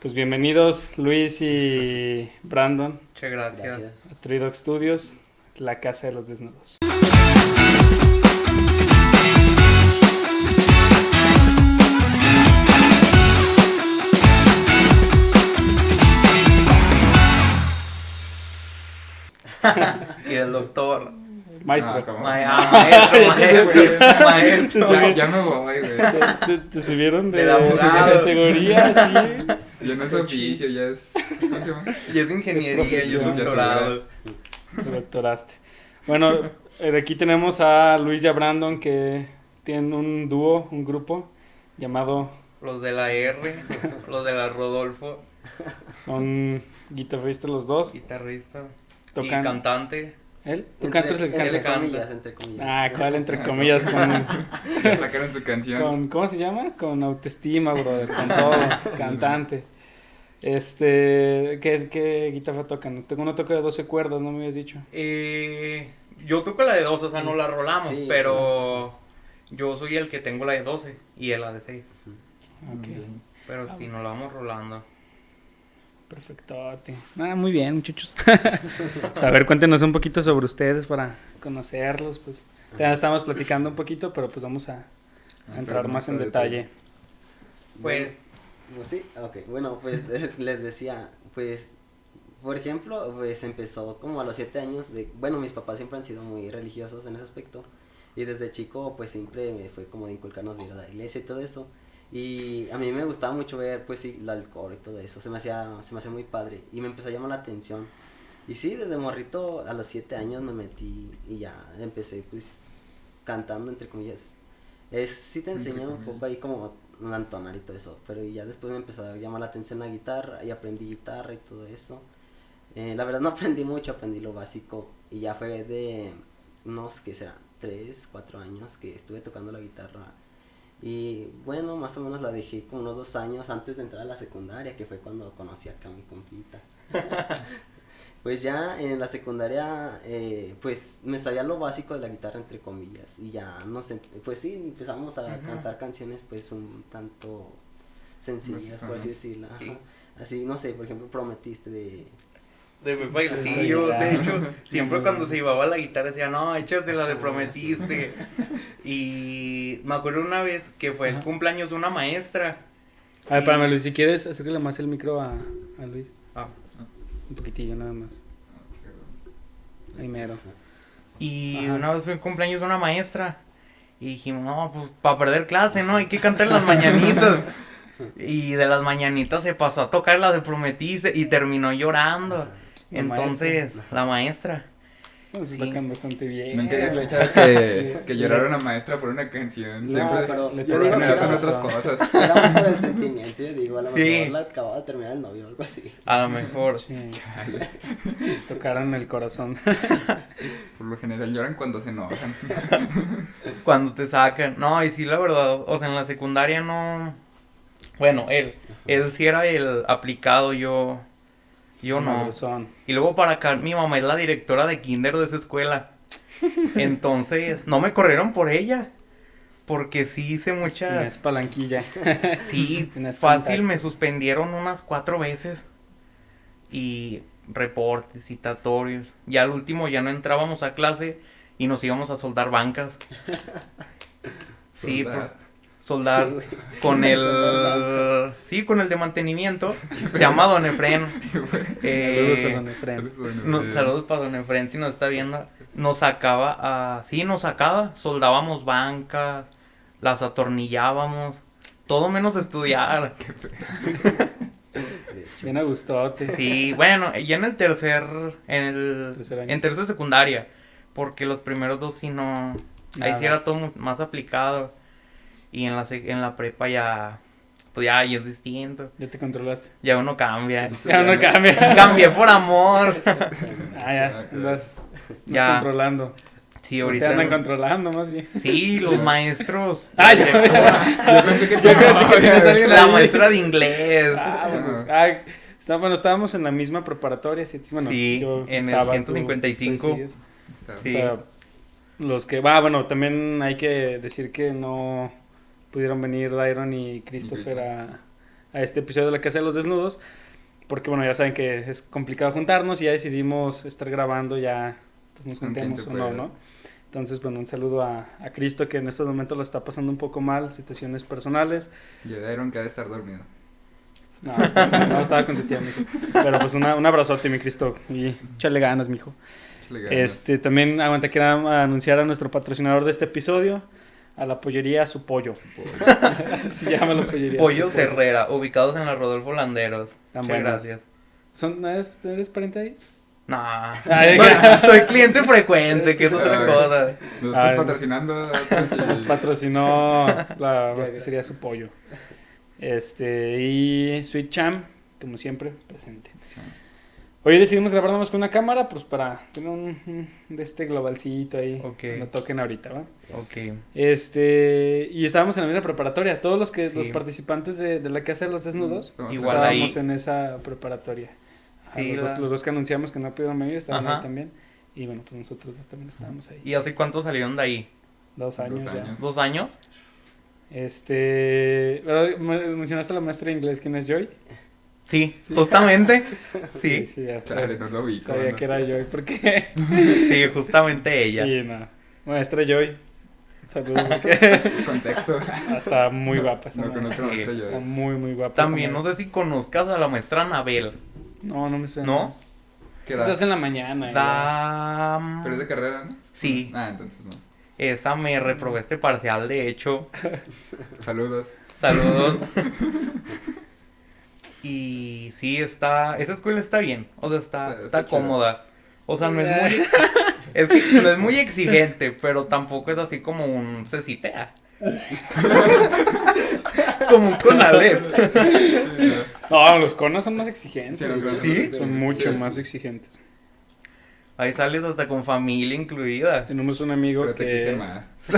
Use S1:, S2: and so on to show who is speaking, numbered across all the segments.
S1: Pues bienvenidos Luis y Brandon
S2: Muchas gracias.
S3: Gracias.
S1: a Tridog Studios, la casa de los desnudos.
S2: Y el doctor.
S1: Maestro,
S4: Ah, cabrón.
S2: Ma- ah, maestro, maestro, maestro.
S4: Ya, ya me voy, güey.
S1: te, te subieron de,
S2: Del abogado.
S1: de categoría, sí.
S4: Ya no es oficio, ya es. ¿Cómo se llama?
S2: Yo de ingeniería, yo
S1: profesión.
S2: doctorado.
S1: Te doctoraste. Bueno, eh, aquí tenemos a Luis y a Brandon que tienen un dúo, un grupo llamado
S2: Los de la R, los de la Rodolfo,
S1: son guitarristas los dos.
S2: guitarrista y
S1: Tocan.
S2: cantante.
S1: ¿Él? ¿Tú
S3: Entre-
S1: cantas el que
S3: entre
S1: canta?
S2: canta.
S3: comillas, entre comillas.
S1: Ah, ¿cuál entre comillas? Con,
S4: Ya sacaron su canción.
S1: con- ¿Cómo se llama? Con autoestima, brother, con todo, cantante. Este, ¿qué, qué guitarra tocan? Tengo uno toca de 12 cuerdas, no me habías dicho.
S2: Eh, yo toco la de dos, o sea, no la rolamos,
S3: Sí, pues.
S2: pero yo soy el que tengo la de 12 y él la de 6.
S4: Ah,
S1: Ok,
S2: Pero
S3: Ah,
S2: si no la vamos rolando.
S1: perfectote. Ah, muy bien, muchachos. Pues, a ver, cuéntenos un poquito sobre ustedes para conocerlos, pues. Ya estábamos platicando un poquito, pero pues vamos a, a entrar más en detalle.
S2: Pues,
S3: Pues sí, ok. Bueno, pues es- les decía, pues, por ejemplo, pues empezó como a los siete años de, bueno, mis papás siempre han sido muy religiosos en ese aspecto y desde chico pues siempre me fue como de inculcarnos de ir a la iglesia y todo eso y a mí me gustaba mucho ver pues sí, el alcohol y todo eso, se me hacía, se me hacía muy padre y me empezó a llamar la atención y sí, desde morrito a los siete años me metí y ya empecé pues cantando entre comillas. Es, sí te
S4: Entre
S3: enseña un
S4: comillas.
S3: poco ahí como un entonar y todo eso, pero ya después me empezó a llamar la atención la guitarra y aprendí guitarra y todo eso. Eh, la verdad no aprendí mucho, aprendí lo básico y ya fue de unos que será tres, cuatro años que estuve tocando la guitarra y bueno, más o menos la dejé como unos dos años antes de entrar a la secundaria, que fue cuando conocí acá a mi compita. pues ya en la secundaria, eh, pues me sabía lo básico de la guitarra, entre comillas, y ya no sé, pues sí, empezamos a
S4: Ajá.
S3: cantar canciones pues un tanto sencillas, por
S4: Básicas,
S3: así
S4: ¿no?
S3: decirlo. ajá.
S2: Sí.
S3: Así, no sé, por ejemplo, prometiste de...
S2: de bailecillo, de hecho, siempre
S1: Sí.
S2: cuando se llevaba la guitarra decía, no, échate
S1: Ah,
S2: la de prometiste. Y me acuerdo una vez que fue el
S1: Ajá.
S2: cumpleaños de una maestra.
S1: A ver, espérame, Luis, si quieres, acércale más el micro a, a Luis.
S2: Ah.
S1: Un poquitillo nada más. Ahí mero.
S2: Y
S1: Ajá.
S2: una vez fue el cumpleaños de una maestra. Y dijimos, no, pues para perder clase, ¿no? Hay que cantar las mañanitas. y de las mañanitas se pasó a tocar la de prometiste y terminó llorando.
S1: La
S2: Entonces, la maestra.
S1: Entonces
S2: Sí.
S1: tocan bastante bien.
S4: Nunca había
S1: Le-
S4: escuchado que, que llorar a una maestra por una canción.
S3: No,
S4: Siempre
S3: pero
S1: le-
S4: por
S1: yo
S4: lo
S1: digo que
S4: general
S1: no,
S4: son otras
S3: no.
S4: cosas.
S3: Era un poco del sentimiento, yo digo, a lo
S2: Sí.
S3: mejor la acababa de terminar el novio o algo así.
S2: A lo mejor.
S1: Sí. Tocaron el corazón.
S4: Por lo general lloran cuando se enojan.
S2: Cuando te sacan. No, y sí, la verdad, o sea, en la secundaria no. Bueno, él. Él sí era el aplicado, yo. Yo no.
S1: Madrozón.
S2: Y luego para acá, mi mamá es la directora de kinder de esa escuela. Entonces, no me corrieron por ella. Porque sí hice mucha.
S1: Tenías palanquilla.
S2: Sí,
S1: Tenías
S2: fácil me
S1: contactos.
S2: suspendieron unas cuatro veces. Y reportes, citatorios. Ya al último ya no entrábamos a clase y nos íbamos a soldar bancas. Sí, por-
S4: Soldar.
S2: soldar con el. Sí, con el de mantenimiento. Se llama Don Efren. Eh,
S1: Saludos a don Efraín.
S4: Saludos,
S2: no,
S4: eh,
S2: saludos para Don Efren, si nos está viendo. Nos sacaba a. Sí, nos sacaba. Soldábamos bancas, las atornillábamos. Todo menos estudiar.
S3: De hecho.
S1: Bien a gustote.
S2: Sí, bueno, ya en el tercer. En el.
S1: Tercer año.
S2: en tercero de secundaria. Porque los primeros dos sí no. Ahí
S1: Nada.
S2: sí era todo mu- más aplicado. Y en la, sec- en la prepa ya. Pues ya, ya es distinto.
S1: Ya te controlaste.
S2: Ya uno
S4: eh,
S2: cambia.
S1: Ya no cambia.
S2: Cambié por amor.
S1: Ah, ya. Andas, andas
S2: Ya.
S1: controlando.
S2: Sí,
S1: Te
S2: ahorita.
S1: andan controlando más bien.
S2: Sí, los maestros.
S1: Ah, ya.
S4: Yo pensé que
S1: Yo pensé que tenías alguien
S2: La
S1: ahí.
S2: maestra de inglés.
S1: Ah, bueno. Ah, está- bueno, estábamos en la misma preparatoria. Sí, bueno,
S2: Sí,
S1: yo
S2: en el
S1: estaba, tú-
S2: 155.
S1: tú sigues.
S2: Sí.
S1: O sea, los que. Ah, bueno, también hay que decir que no pudieron venir Dairon y Christopher a, a este episodio de la Casa de los Desnudos, porque bueno, ya saben que es complicado juntarnos y ya decidimos estar grabando, ya pues nos
S4: Con quien
S1: juntemos
S4: se
S1: o no,
S4: pueda.
S1: ¿no? Entonces, bueno, un saludo a, a Cristo que en estos momentos lo está pasando un poco mal, situaciones personales.
S4: Yo de Iron que ha de estar dormido.
S1: No, estaba, no, estaba con su tía, mijo. Pero pues una, un abrazote, mi Cristo, y échale ganas, mijo.
S4: Échale ganas.
S1: Este, también aguanta que era- anunciar a nuestro patrocinador de este episodio, a la pollería Su Pollo. Se llama la pollería
S2: Pollos
S1: Su Pollo.
S2: Herrera, ubicados en la Rodolfo Landeros.
S1: Están
S2: Muchas
S1: buenos.
S2: gracias.
S1: ¿Son, no eres, ¿tú eres pariente ahí?
S2: Nah.
S1: Ay,
S2: soy, soy cliente frecuente, que es otra
S4: Ay.
S2: cosa.
S4: Nos
S1: Ah,
S4: estás patrocinando. pues,
S1: Nos
S4: y-
S1: patrocinó la sería Su Pollo. Este, y Sweet Cham, como siempre, presente. Hoy decidimos grabar nada más con una cámara, pues para tener un, un- de este globalcito ahí.
S2: Ok.
S1: No toquen ahorita, ¿va?
S2: Ok.
S1: Este, y estábamos en la misma preparatoria, todos los que
S2: Sí.
S1: los participantes de, de la Casa de los Desnudos,
S4: Estamos-
S2: Igual ahí.
S1: estábamos en esa preparatoria. Ajá,
S2: Sí,
S1: los, dos,
S2: la-
S1: los dos que anunciamos que no pudieron venir estaban
S2: Ajá.
S1: ahí también. Y bueno, pues nosotros dos también estábamos ahí.
S2: ¿Y hace cuánto salieron de ahí?
S1: Dos años,
S4: Dos
S1: ya.
S4: años.
S2: ¿Dos años?
S1: Este, pero me- mencionaste a la maestra de inglés, ¿quién es Joy?
S2: Sí, justamente. Sí,
S1: sí, ya
S4: Chale, no lo ubico,
S1: sabía
S4: ¿no?
S1: que era Joy, porque
S2: sí, justamente ella.
S1: sí, no. Maestra Joy. Saludos, porque
S4: Contexto.
S1: está muy guapa esa
S4: No
S1: maestra.
S4: conozco a
S2: Sí.
S4: nuestra
S1: Está
S4: yo.
S1: muy, muy guapa. esa
S2: También, no
S1: maestra.
S2: sé si conozcas a la maestra Anabel,
S1: No, no me suena.
S2: ¿no?
S4: ¿Qué
S1: Esa
S4: edad?
S1: Estás en la mañana. ¿eh? ya.
S2: Da...
S4: Pero es de carrera, ¿no?
S2: Sí,
S4: Ah, entonces no.
S2: mm, esa me reprobé este parcial, de hecho.
S4: Saludos.
S2: Saludos. y sí, está... Esa escuela está bien, o sea, está,
S4: Está-
S2: está,
S4: está chido.
S2: cómoda. O sea, no es muy... exi- es que no es muy exigente, pero tampoco es así como un cecitea. como un conalep.
S1: No, los conos son más exigentes.
S4: Sí, los conos
S2: ¿Sí?
S1: Son
S4: sí,
S1: mucho
S4: sí.
S1: más exigentes.
S2: Ahí sales hasta con familia incluida.
S1: Tenemos un amigo
S4: Pero te
S1: que.
S4: exigen más.
S1: Sí,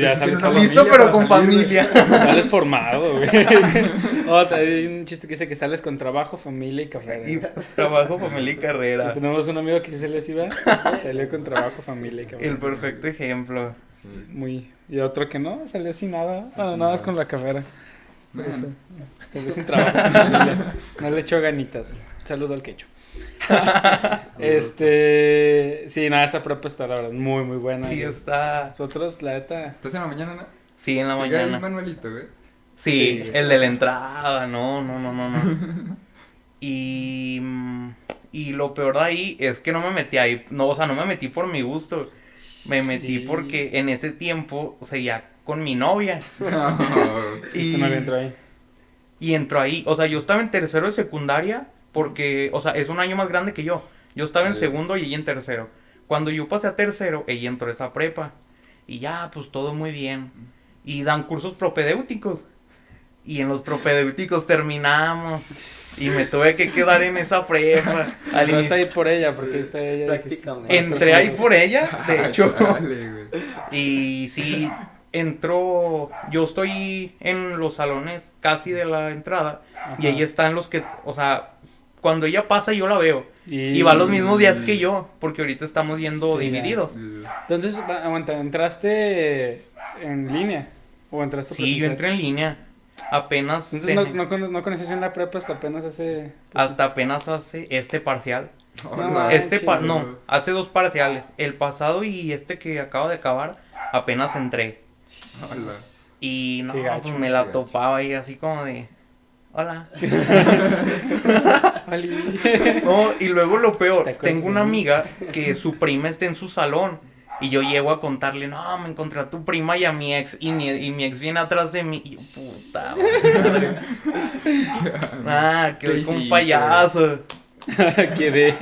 S1: ya
S4: Es que
S1: sales,
S4: no
S1: con-
S4: familia
S2: Listo, pero
S4: para
S2: con
S4: salir, güey.
S2: familia.
S1: sales formado, güey. Oh, te- hay un chiste que dice que sales con trabajo, familia y carrera.
S2: Y trabajo, familia y
S1: Y
S2: carrera.
S1: Tenemos un amigo que se les iba, salió con trabajo, familia y carrera.
S2: El perfecto ejemplo.
S4: Sí.
S1: Muy. Y otro que no, salió sin nada.
S2: Ah,
S1: Bueno,
S4: Sin
S1: nada
S4: nada.
S1: más con la carrera.
S4: Bueno,
S1: Eso. Salió sin trabajo. sin familia. no le echó ganitas. Saludo al quecho. este. Sí, nada, esa propuesta está, la verdad, muy, muy buena.
S2: Sí,
S1: Y
S2: está.
S1: Nosotros, la neta.
S4: Entonces en la mañana, ¿no?
S2: Sí, en la
S4: Sigue ahí
S2: mañana.
S4: Manuelito, ¿eh? güey.
S2: Sí,
S1: Sí.
S2: el de la entrada. No, no, no, no, no. Y. mm, Y lo peor de ahí es que no me metí ahí. No, o sea, no me metí por mi gusto. Me metí
S1: Sí.
S2: porque en ese tiempo seguía con mi novia.
S4: No.
S1: Y...
S2: Y,
S1: no entró ahí.
S2: y entró ahí. O sea, yo estaba en tercero de secundaria porque, o sea, es un año más grande que yo. Yo estaba en
S4: Sí.
S2: segundo y ella en tercero. Cuando yo pasé a tercero, ella entró a esa prepa. Y ya, pues todo muy bien. Y dan cursos propedéuticos. Y en los propedéuticos terminamos. Y me tuve que quedar en esa prepa. Al
S1: No está
S2: inicio-
S1: ahí por ella, porque está ella. dijiste.
S3: Prácticamente.
S2: Entré ahí por ella, de hecho.
S4: Chale, güey.
S2: Y sí, entró. Yo estoy en los salones casi de la entrada.
S1: Ajá.
S2: Y ella está en los que, o sea, cuando ella pasa yo la veo. Y va los mismos días que yo, porque ahorita estamos yendo
S1: Sí, ya.
S2: divididos.
S1: Entonces, va- aguanta, ¿entraste en línea? ¿O entraste
S2: Sí, yo
S1: presencial?
S2: entré en línea. Apenas.
S1: Entonces, no,
S2: ten-
S1: no, cono- no conocías bien la prepa hasta apenas hace...
S2: Hasta apenas hace este parcial.
S1: Ah,
S4: Hola.
S2: este
S1: sí.
S2: par- no, hace dos parciales. El pasado y este que acaba de acabar, apenas entré.
S4: Hola.
S2: Y no,
S1: Qué gacho,
S2: pues me
S4: qué
S2: la
S4: gacho.
S2: topaba y así como de. Hola.
S1: Oli.
S2: No, y luego lo peor,
S1: ¿Te acuerdas
S2: tengo
S1: de
S2: una
S1: mí?
S2: amiga que su prima está en su salón y yo llego a contarle, no, me encontré a tu prima y a mi ex y mi, y mi ex viene atrás de mí. Y yo, puta madre. ah,
S4: ¿Qué
S2: quedé como un
S4: hiciste?
S2: payaso.
S1: Quedé.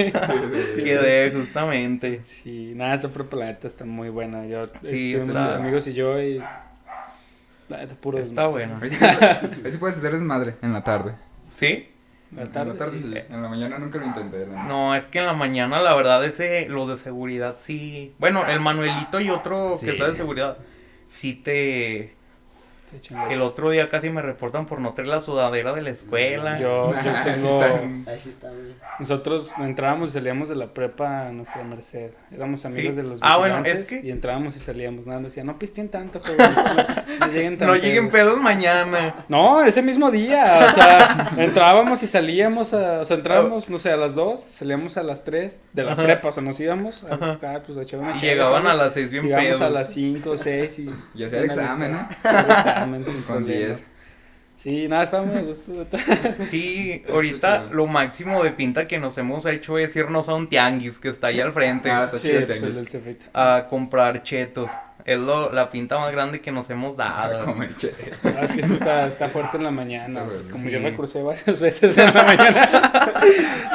S2: Quedé justamente.
S1: Sí, nada, esa prepa la neta está muy buena. Yo
S2: Sí,
S1: estuvimos
S2: está-
S1: mis amigos y yo y... La neta, puro
S2: Está
S1: desmadre.
S2: bueno.
S4: Ahí sí puedes- ahí sí puedes hacer desmadre en la tarde.
S2: ¿Sí?
S1: La tarde,
S4: en la tarde
S1: sí.
S4: sí. En la mañana nunca lo intenté. la neta.
S2: No, es que en la mañana la verdad ese, los de seguridad sí. Bueno, el Manuelito y otro
S3: Sí.
S2: que está de seguridad sí te...
S1: Qué chingón.
S2: El otro día casi me reportan por no traer la sudadera de la escuela.
S1: Yo, yo
S4: Nah, Ah, sí
S1: tengo-
S4: están-
S3: Ahí sí está, güey.
S1: Nosotros entrábamos y salíamos de la prepa a nuestra merced. Éramos amigos
S2: Sí.
S1: de los
S2: Ah, bueno,
S1: vigilantes
S2: es que-
S1: y entrábamos y salíamos. Nada, decía, no pisteen tanto, joven. No, lleguen tan
S2: no lleguen
S1: pedos".
S2: pedos mañana.
S1: No, ese mismo día, o sea, entrábamos y salíamos, a- o sea, entrábamos, no sé, a las 2, salíamos a las 3 de la
S2: Oh. Ajá.
S1: prepa, o sea, nos íbamos a
S2: Ajá.
S1: buscar, pues a echar una
S2: Y
S1: chela,
S2: llegaban
S1: ¿sabes?
S2: a las seis bien
S1: Llegamos
S2: pedos.
S1: a las 5, 6 y...
S4: Y hacer examen, ¿eh?
S1: Hacer examen sin
S4: Con
S1: problemas.
S4: 10.
S1: Sí, nada, estaba muy a gusto.
S2: Sí, ahorita lo máximo de pinta que nos hemos hecho es irnos a un tianguis que está ahí al frente
S4: Ah, está
S1: Sí,
S4: chido el
S1: pues el
S4: tianguis.
S1: del cefito.
S2: a comprar chetos. Es lo, la pinta más grande que nos hemos
S4: A
S2: dado.
S4: comer chete.
S1: Ah, es que sí está, está fuerte en la mañana.
S4: Está
S1: güey.
S4: fuerte,
S1: Como
S2: sí.
S1: yo me crucé varias veces en la mañana.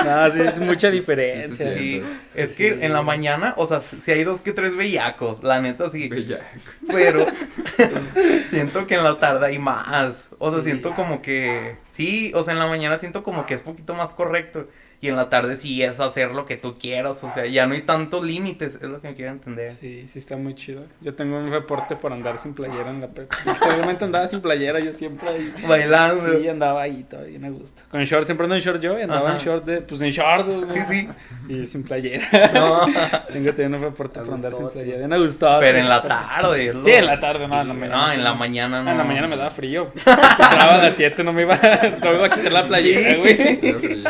S1: no, sí, es mucha
S4: Sí,
S1: diferencia.
S4: sí, sí.
S2: Sí, es
S1: Sí.
S2: que en la mañana, o sea, si hay dos que tres bellacos, la neta sí,
S4: Bella.
S2: pero siento que en la tarde hay más, o sea,
S1: Sí.
S2: siento como que, sí, o sea, en la mañana siento como que es poquito más correcto y en la tarde sí es hacer lo que tú quieras, o sea, ya no hay tantos límites, es lo que quiero entender.
S1: Sí, sí está muy chido. Yo tengo un reporte por andar sin playera en la prepa. Realmente andaba sin playera, yo siempre ahí.
S2: Bailando.
S1: Sí, andaba ahí todo bien a gusto. Con short, siempre ando en short yo y andaba
S2: Ajá.
S1: en short de, pues en short. ¿no?
S2: Sí, sí.
S1: Y sin playera.
S2: No,
S1: Tengo también un reporte por andar sin
S3: Agustote.
S1: playera. Bien a gusto.
S2: pero en la tarde. es lo-
S1: Sí, en la tarde, no, en la mañana.
S2: No, en la mañana no.
S1: Ah, en la mañana me daba frío. Entraba a las 7, no me iba, no me iba a quitar la playera, güey.
S4: Pero frío.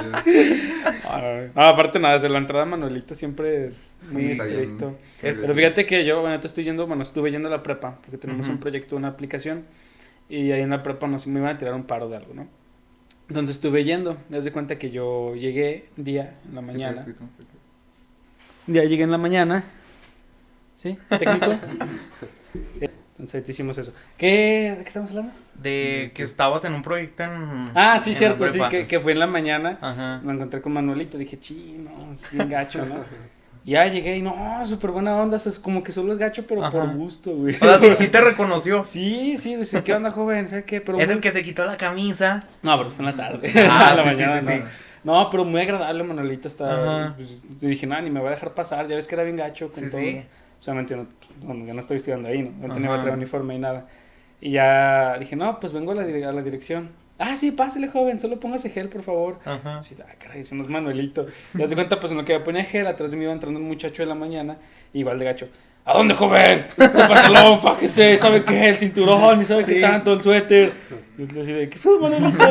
S1: Ay, No, aparte nada, desde la entrada Manuelito siempre es muy
S2: Sí,
S4: está bien.
S1: estricto.
S2: Es-
S1: Pero fíjate que yo, bueno, te estoy yendo, bueno, estuve yendo a la prepa, porque tenemos
S2: Ujú.
S1: un proyecto, una aplicación, y ahí en la prepa nos me iban a tirar un paro de algo, ¿no? Entonces estuve yendo, me das de cuenta que yo llegué un día en la mañana. Un día llegué en la mañana. ¿Sí? ¿Técnico? Eh, Entonces ahorita hicimos eso. ¿Qué? ¿De qué estamos hablando?
S2: De que estabas en un proyecto en.
S1: Ah, sí,
S2: en la
S1: cierto, sí,
S2: prepa.
S1: que, que fue en la mañana.
S2: Ajá.
S1: Me encontré con Manuelito, dije, chino, es bien gacho, ¿no? Y Ya llegué y no, súper buena onda, o sea, es como que solo es gacho, pero por
S2: Ajá.
S1: gusto, güey.
S2: O sea, sí, sí te reconoció.
S1: Sí, sí, pues, ¿qué onda, joven? ¿Sabes qué? Pero
S2: es
S1: muy-
S2: el que se quitó la camisa.
S1: No, pero fue en la tarde.
S2: Ah,
S1: A la
S2: sí,
S1: mañana,
S2: sí, sí,
S1: no.
S2: sí.
S1: No, pero muy agradable, Manuelito. Está...
S2: Ajá.
S1: pues, yo dije, no, ni me va a dejar pasar. Ya ves que era bien gacho con
S2: Sí,
S1: todo.
S2: sí.
S1: Solamente no, bueno, yo no estoy estudiando ahí, ¿no? No tenía
S2: Ajá.
S1: otro uniforme y nada. Y ya dije, no, pues vengo a la, dire- a la dirección. Ah, sí, pásale, joven. Solo póngase gel, por favor.
S2: Ajá.
S1: Sí, ah, caray, ese no es Manuelito. Ya se cuenta, pues en lo que me ponía gel, atrás de mí iba entrando un muchacho de la mañana, igual de gacho. ¿A dónde, joven? Ese pantalón, fájese, ¿sabe qué? El cinturón, y ¿sabe qué
S2: Sí.
S1: tanto? El suéter. Y yo así de, ¿qué fue, Manuelito?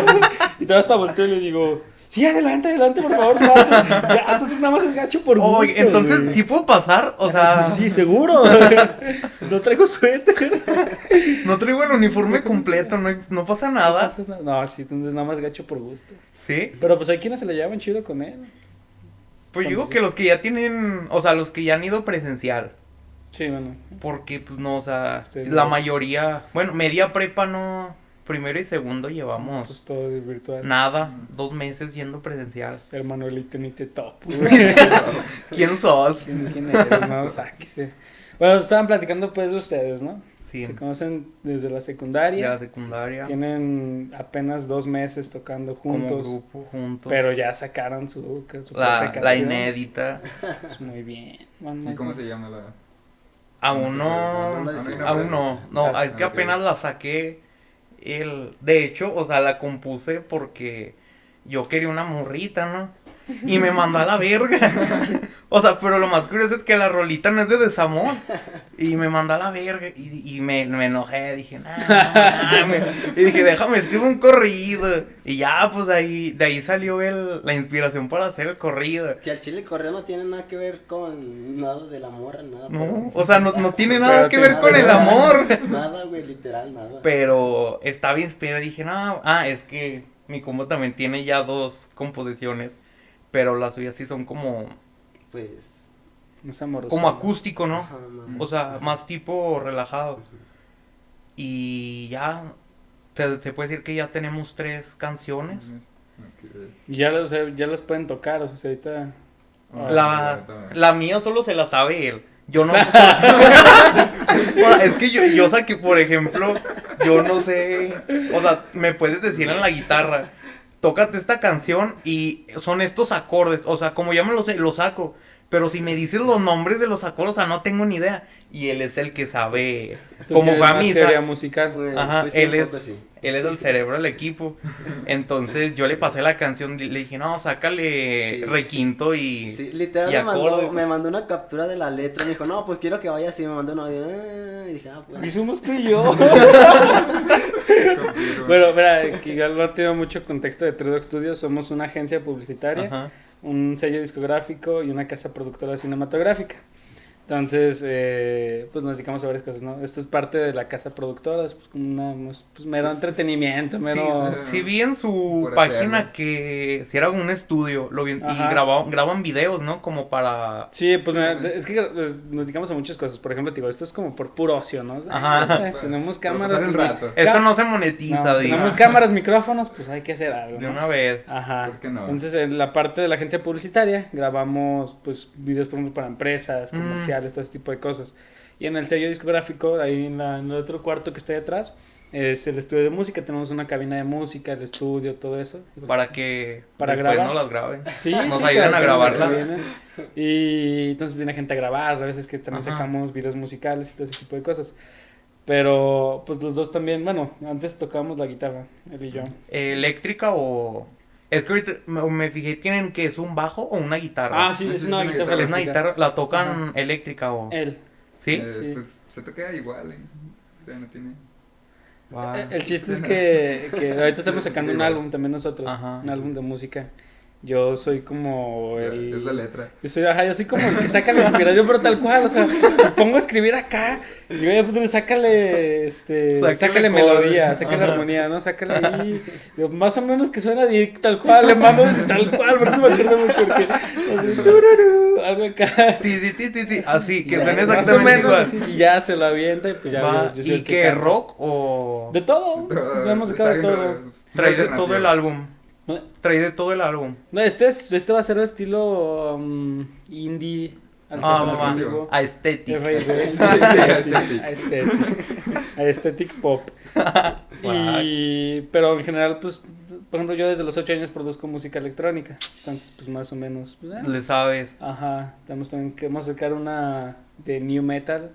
S1: Y todavía hasta volteo y le digo, sí, adelante, adelante, por favor, pase. Ya, entonces nada más es gacho por gusto.
S2: Oye, entonces,
S1: güey. Ah,
S2: ¿sí puedo pasar? O sea,
S1: Sí, seguro. No traigo suéter.
S2: no traigo el uniforme completo, no, hay- no pasa nada.
S1: No, sí, entonces nada más gacho por gusto.
S2: ¿Sí?
S1: Pero pues hay quienes se la llevan chido con él.
S2: Pues yo digo que los que ya tienen, o sea, los que ya han ido presencial.
S1: Sí, bueno.
S2: Porque, pues no, o sea,
S1: Ustedes
S2: la
S1: no.
S2: mayoría. Bueno, media prepa no. Primero y segundo
S1: Pues
S2: llevamos
S1: todo es virtual.
S2: nada, dos meses yendo presencial.
S1: El Manuelito ni te topo.
S2: ¿Quién sos?
S1: ¿Quién, quién eres? No, sáquese. Bueno, estaban platicando pues de ustedes, ¿no?
S2: Sí,
S1: Se conocen desde la
S2: de
S1: secundaria.
S2: la secundaria.
S1: Tienen apenas dos meses tocando
S2: Como
S1: juntos.
S2: grupo, juntos.
S1: Pero ya sacaron su, su
S2: la,
S1: propia
S2: la
S1: canción.
S2: inédita.
S1: Pues, muy bien. Van
S4: ¿Y
S1: muy
S4: cómo
S1: bien.
S4: se llama la.?
S2: Aún
S3: No,
S2: no.
S3: no la decimos.
S2: Aún no. No,
S1: Ah,
S2: es que
S4: ok.
S2: apenas la saqué. El, de hecho, o sea, la compuse porque yo quería una morrita, ¿no? Y me mandó a la verga. O sea, pero lo más curioso es que la rolita no es de desamor. Y me mandó a la verga. Y, y me, me enojé. Dije, nah, nah, me- Y dije, déjame escribo un corrido. Y ya, pues ahí, de ahí salió el, la inspiración para hacer el corrido.
S3: Que al chile correo no tiene nada que ver con nada de la morra, nada.
S2: No,
S3: pero-
S2: o sea, no, no tiene
S1: Pero
S2: nada que ver
S1: te-
S2: con el amor.
S3: Nada, güey, literal, nada.
S2: Pero estaba inspirado y dije, no, ah, es que mi combo también tiene ya dos composiciones, pero las suyas sí son como,
S3: Pues.
S1: No es amoroso.
S2: como acústico, ¿no?
S3: ajá, no.
S2: O sea, más tipo relajado. Y ya, te, te puede decir que ya tenemos tres canciones.
S1: Y Ya, o sea, ya las pueden tocar, o sea, ahorita... Ah,
S2: La, la mía solo se la sabe él. Yo no. O sea, es que yo, yo saqué, por ejemplo, yo no sé. O sea, me puedes decir en la guitarra, tócate esta canción y son estos acordes. O sea, como ya me lo sé, lo saco. Pero si me dices los nombres de los acordes, o sea, no tengo ni idea. Y él es el que sabe
S1: Tú
S2: cómo
S1: tienes
S2: fue a
S1: más
S2: misa.
S1: teoría musical.
S3: Güey,
S2: Ajá,
S3: pues sí,
S2: él
S3: un poco
S2: es,
S3: sí.
S2: él es el cerebro del equipo. Entonces yo le pasé la canción, le dije, no, sácale
S3: Sí.
S2: requinto y...
S3: Sí, literal
S2: y
S3: me mandó,
S2: acordes.
S3: me mandó una captura de la letra. Me dijo, no, pues quiero que vaya así. Me mandó un audio. "Ah", Y dije, ah,
S1: Y
S3: pues.
S1: somos tú y yo.
S4: Eh,
S1: bueno, mira, que ya no tengo mucho contexto de True Dog Studios. Somos una agencia publicitaria.
S2: Ajá.
S1: un sello discográfico y una casa productora cinematográfica. Entonces, eh, pues nos dedicamos a varias cosas, ¿no? Esto es parte de la casa productora, es pues, como una, pues, pues, mero
S4: Sí, sí, sí.
S1: entretenimiento,
S2: Sí,
S1: mero...
S4: sí.
S2: sí vi en su
S4: Por
S2: página
S4: hacerlo.
S2: que si era un estudio lo vi, y
S1: Ajá.
S2: grababan, graban videos, ¿no? Como para...
S1: Sí, pues mira, es que pues, nos dedicamos a muchas cosas. Por ejemplo, te digo, esto es como por puro ocio, ¿no? O sea,
S2: Ajá.
S1: no sé, tenemos
S4: Para
S1: cámaras...
S4: pasar el
S1: y-
S4: rato.
S1: ca-
S2: Esto no se
S1: no,
S2: monetiza, digo.
S1: tenemos cámaras, micrófonos, pues hay que hacer algo,
S2: De
S1: ¿no?
S2: una vez.
S1: Ajá.
S4: ¿Por qué no?
S1: Entonces, en la parte de la agencia publicitaria, grabamos pues videos, por ejemplo, para empresas,
S2: Mm.
S1: comerciales, todo ese tipo de cosas. Y en el sello discográfico, ahí en, la- en el otro cuarto que está ahí atrás, es el estudio de música. Tenemos una cabina de música, el estudio, todo eso.
S2: Para que
S1: Para
S2: después
S1: grabar.
S2: no las graben.
S1: Sí,
S2: nos
S1: sí, claro,
S2: ayudan a
S1: claro,
S2: grabarlas.
S1: vienen. Y entonces viene gente a grabar, a veces que también
S2: Ajá.
S1: sacamos videos musicales y todo ese tipo de cosas. Pero pues los dos también, bueno, antes tocábamos la guitarra, él y yo.
S2: ¿Eléctrica o...? Es que ahorita me, me fijé, ¿tienen que es un bajo o una guitarra?
S1: Ah, sí,
S4: sí,
S1: es
S4: sí,
S1: una
S4: es una
S1: guitarra.
S2: Es una
S1: eléctrica.
S2: guitarra, la tocan eléctrica o...
S1: Él.
S2: ¿Sí?
S4: Eh,
S1: Sí.
S4: Pues se te queda igual, ¿eh? O sea, no tiene.
S2: Va.
S1: eh, El chiste es que, que ahorita estamos sacando un álbum también nosotros,
S2: Ajá.
S1: un álbum de música. Yo soy como el...
S4: Es la letra.
S1: Yo soy, ajá, yo soy como el que saca la inspiración, pero tal cual, o sea, me pongo a escribir acá y yo, pues, sácale, este, sácale,
S2: Sácale cosas.
S1: melodía, sácale
S2: Ajá.
S1: armonía, ¿no? Sácale ahí, lo más o menos que suena y tal cual, le mando ese tal cual, por eso me acuerdo mucho, porque, así, tururú, algo acá.
S2: Ti, ti, ti, ti, ti. Así, que son
S1: Más o
S2: exactamente
S1: menos,
S2: igual.
S1: así, y ya se lo avienta y pues ya
S2: Va,
S1: yo- yo soy
S2: ¿Y
S1: el
S2: que
S1: canta.
S2: rock o...?
S1: De todo, ya hemos sacado Oh, de todo.
S2: Trae de todo el álbum.
S1: ¿Eh?
S2: Trae de todo el álbum.
S1: No, este, es, este va a ser de estilo um, indie,
S2: Ah,
S1: alternativo.
S2: A estética.
S1: RB,
S4: Aesthetic.
S1: aesthetic, aesthetic pop. Y, pero en general, pues, por ejemplo, yo desde los 8 años produzco música electrónica. Entonces, pues más o menos. pues, eh.
S2: Le sabes.
S1: Ajá, estamos también, queremos sacar una de New Metal,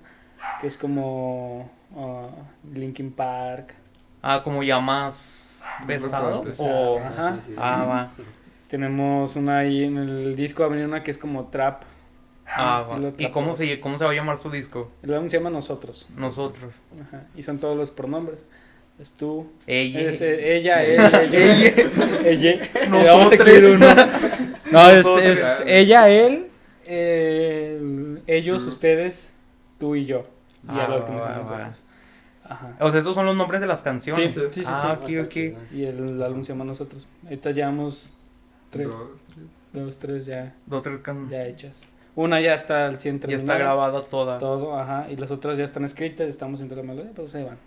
S1: que es como ah, Linkin Park.
S2: Ah, como ya más pesado.
S4: Pues,
S2: O...
S1: ah.
S3: Ajá, sí, sí.
S2: Ah, va.
S1: Tenemos una ahí en el disco, va a venir una que es como Trap.
S2: Ah,
S1: Estilo
S2: va. ¿Y
S1: trap.
S2: cómo se, cómo se va a llamar su disco?
S1: El álbum se llama Nosotros.
S2: Nosotros.
S1: Ajá, Y son todos los pronombres. Es tú,
S2: Ella.
S1: es, eh, ella, él, ella, ella.
S2: Nosotres.
S1: Vamos a escribir uno. No, es,
S2: Nosotros.
S1: es ella, él, el- ellos, ustedes, tú y yo. Y
S2: Ah,
S1: ya lo último son
S2: va, va.
S1: nosotros. Ajá.
S2: O sea, esos son los nombres de las canciones.
S1: Sí, sí, sí, sí.
S2: Ah,
S3: Va a
S2: ok,
S3: estar
S2: ok.
S3: chido.
S1: Y el álbum se llama Nosotros. Ahorita llevamos tres, dos, tres ya,
S2: Dos, tres canciones.
S1: ya hechas. Una ya está al 100
S2: Mm. Ya está
S1: terminada.
S2: grabada toda.
S1: Todo, ajá. Y las otras ya están escritas, estamos entre la melodía, pero pues ahí van.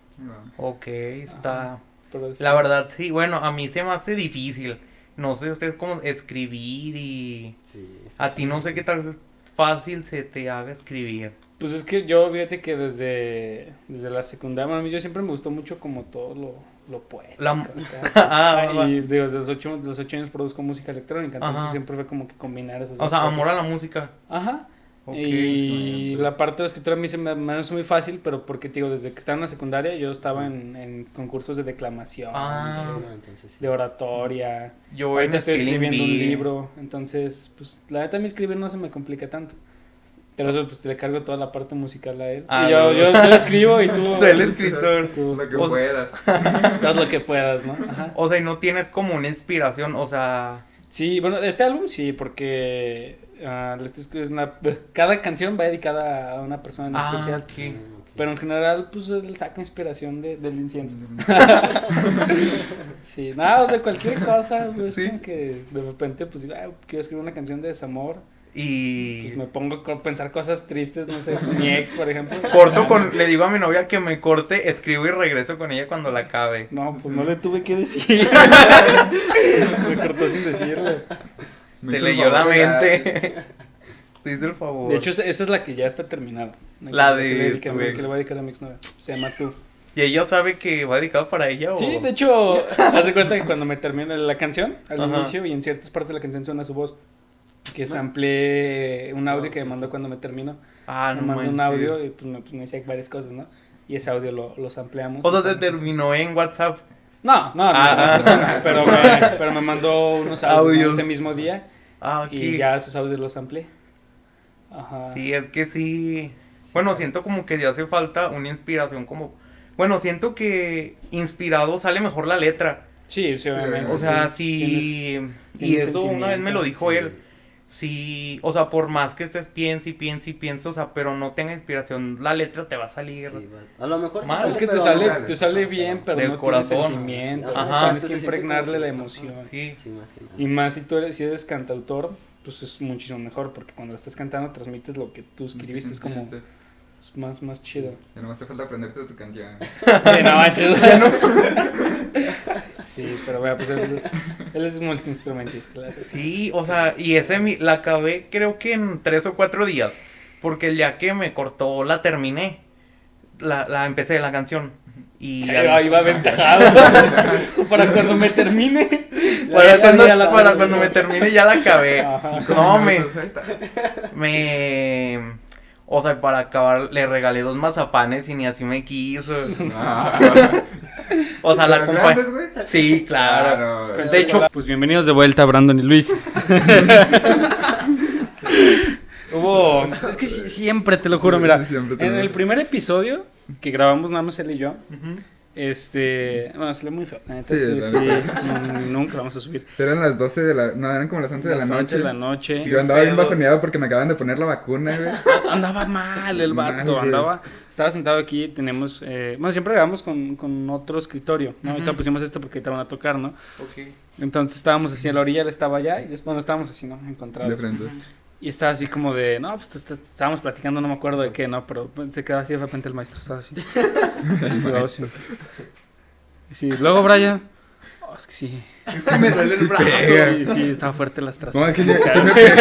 S2: Ok, está.
S1: Pero es-
S2: La verdad, sí. Bueno, a mí se me hace difícil. No sé ustedes cómo escribir y...
S3: Sí, está
S2: A ti no
S3: chido,
S2: sé
S3: sí.
S2: qué tal fácil se te haga escribir.
S1: Pues es que yo, fíjate que desde, desde la secundaria, bueno, a mí yo siempre me gustó mucho como todo lo, lo poético.
S2: La-
S1: acá.
S2: Ah, va, va.
S1: y digo, desde los, ocho, desde los ocho años produzco música electrónica, entonces
S2: Ajá.
S1: siempre fue como que combinar esas
S2: O
S1: dos
S2: sea,
S1: cosas.
S2: amor a la música.
S1: Ajá.
S2: Ok, pues.
S1: y
S4: está bien.
S1: la parte de la escritura a mí se me, me hace muy fácil, pero porque, te digo, desde que estaba en la secundaria yo estaba en, en concursos de declamación,
S2: Ah.
S3: Sí, no, entonces sí.
S1: de oratoria.
S2: Yo en
S1: Ahorita estoy
S2: Spelling
S1: escribiendo un
S2: Bee.
S1: libro, entonces, pues, la neta a mí escribir no se me complica tanto. Pero eso, pues, le cargo toda la parte musical a él.
S2: Ah,
S1: y yo, yo,
S2: bueno.
S1: yo escribo y tú,
S2: Tú el escritor.
S1: tú
S4: Lo que
S2: O-
S4: puedas.
S1: haz lo que puedas, ¿no? Ajá.
S2: O sea, y no tienes como una inspiración, o sea,
S1: Sí, bueno, este álbum sí, porque ah, le estoy escribiendo una- cada canción va dedicada a una persona en
S2: ah,
S1: especial.
S2: ok.
S3: Ah, ok.
S1: Pero en general, pues, él saca inspiración de- del incienso. Sí, nada, o sea, cualquier cosa, pues,
S2: Sí.
S1: como que de repente, pues, digo, "Ah, quiero escribir una canción de desamor.
S2: Y
S1: Pues me pongo a pensar cosas tristes, no sé, mi ex, por ejemplo.
S2: corto con, le digo a mi novia que me corte, escribo y regreso con ella cuando la acabe.
S1: No, pues no le tuve que decir. me cortó sin decirle.
S4: Me
S2: Te
S4: hizo
S2: leyó
S4: el
S2: la
S4: favor de la-
S2: mente. Te hice el favor.
S1: De hecho, esa esa es la que ya está terminada.
S2: La
S1: que
S2: de
S1: le dediqué a
S2: tu
S1: mi-
S2: ex.
S1: que le voy a dedicar a mi exnovia. Se llama tú.
S2: ¿Y ella sabe que va dedicado para ella o...?
S1: Sí, de hecho, haz de cuenta que cuando me termina la canción, al
S2: Ajá.
S1: inicio y en ciertas partes de la canción suena su voz. que samplé un audio que me mandó cuando me terminó.
S2: Ah,
S1: me
S2: no
S1: mandó un
S2: manches.
S1: audio y pues me, pues, me decía varias cosas, ¿no? Y ese audio lo, lo sampleamos.
S2: O sea, te terminó en WhatsApp.
S1: No, no, no,
S2: Ah,
S1: no, pues, no, pero, me, pero me mandó unos audios,
S2: Audios.
S1: ese mismo día
S2: Ah,
S1: y
S2: ok.
S1: ya esos audios los amplié. Ajá.
S2: Sí, es que sí. Bueno, siento como que ya hace falta una inspiración como... Bueno, siento que inspirado sale mejor la letra.
S1: Sí, sí, obviamente.
S2: O sea,
S1: sí.
S2: si... Y
S1: tienes
S2: eso una vez me
S1: sentimiento,
S2: lo dijo
S3: sí.
S2: él. Si, o sea, por más que estés piense y piense y piense, o sea, pero no tenga inspiración, la letra te va a salir.
S3: Sí, va- a lo mejor sí
S2: Mal,
S1: Tienes-
S3: sale,
S1: Es que te
S3: Ah, pero
S1: sale,
S4: no-
S1: te sale bien, pero
S2: Del
S1: no
S2: corazón.
S1: tienes sentimiento.
S3: Sí,
S2: ajá.
S1: Tienes
S3: Exacto,
S1: que
S3: se siente
S1: impregnarle
S3: como-
S1: la
S3: ajá.
S1: emoción.
S2: Sí.
S3: Sí, más que nada.
S1: Y más si tú eres, si eres cantautor, pues es muchísimo mejor, porque cuando estás cantando transmites lo que tú escribiste, es como es más, más chido.
S4: Ya nomás te falta aprenderte tu canción.
S1: Sí, no manches. sí, pero vea, pues él, él es multiinstrumentista. la verdad.
S2: Sí, o sea, y ese mi- la acabé creo que en tres o cuatro días. Porque el día que me cortó la terminé. La, la empecé la canción. Y al-
S1: Ahí va aventajado. para cuando me termine.
S2: para,
S1: Ya
S2: cuando,
S1: sabía la-
S2: para cuando me termine ya la acabé.
S1: Ajá.
S2: No, me,
S4: Entonces, ahí está.
S2: me... O sea, para acabar le regalé dos mazapanes y ni así me quiso.
S4: Ah,
S2: O sea, la
S4: ¿pero
S2: compañía...
S4: grandes, güey?
S2: Sí, claro.
S4: Ah, no, güey.
S2: De hecho-
S1: pues bienvenidos de vuelta, Brandon y Luis. Hubo. Es que sí- siempre, te lo juro, mira.
S4: Siempre te
S1: En
S4: lo-
S1: el primer episodio que grabamos nada más él y yo,
S2: Ujú.
S1: este. Bueno, salió muy feo. la neta,
S4: Sí,
S1: sí,
S4: la
S1: sí,
S4: neta.
S1: no, nunca lo vamos a subir.
S4: Eran las 12 de la... No, eran como las 11 de la
S1: Las once
S4: noche.
S1: de la noche.
S4: Y yo andaba bien bajoneado porque me acaban de poner la vacuna, güey.
S1: Andaba mal el
S4: Mal,
S1: vato,
S4: güey.
S1: andaba, estaba sentado aquí, tenemos, eh, bueno, siempre grabamos con, con otro escritorio, ¿no? Ahorita
S2: Ujú.
S1: pusimos este porque ahorita van a tocar, ¿no? Entonces estábamos así a la orilla, él estaba allá, y después, bueno, estábamos así, ¿no?
S4: De
S1: Encontrados.
S4: frente.
S1: Y estaba así como de, no, pues est- est- estábamos platicando, no me acuerdo de qué, ¿no? Pero pues, se quedaba así de repente el maestro, estaba así. Estaba así. Y sí, luego Brian, oh, es que sí,
S2: Me duele el
S4: Sí
S2: brazo.
S4: pega.
S1: sí, sí, estaba fuerte las trazas.
S4: No, es que sí, sí me pegó.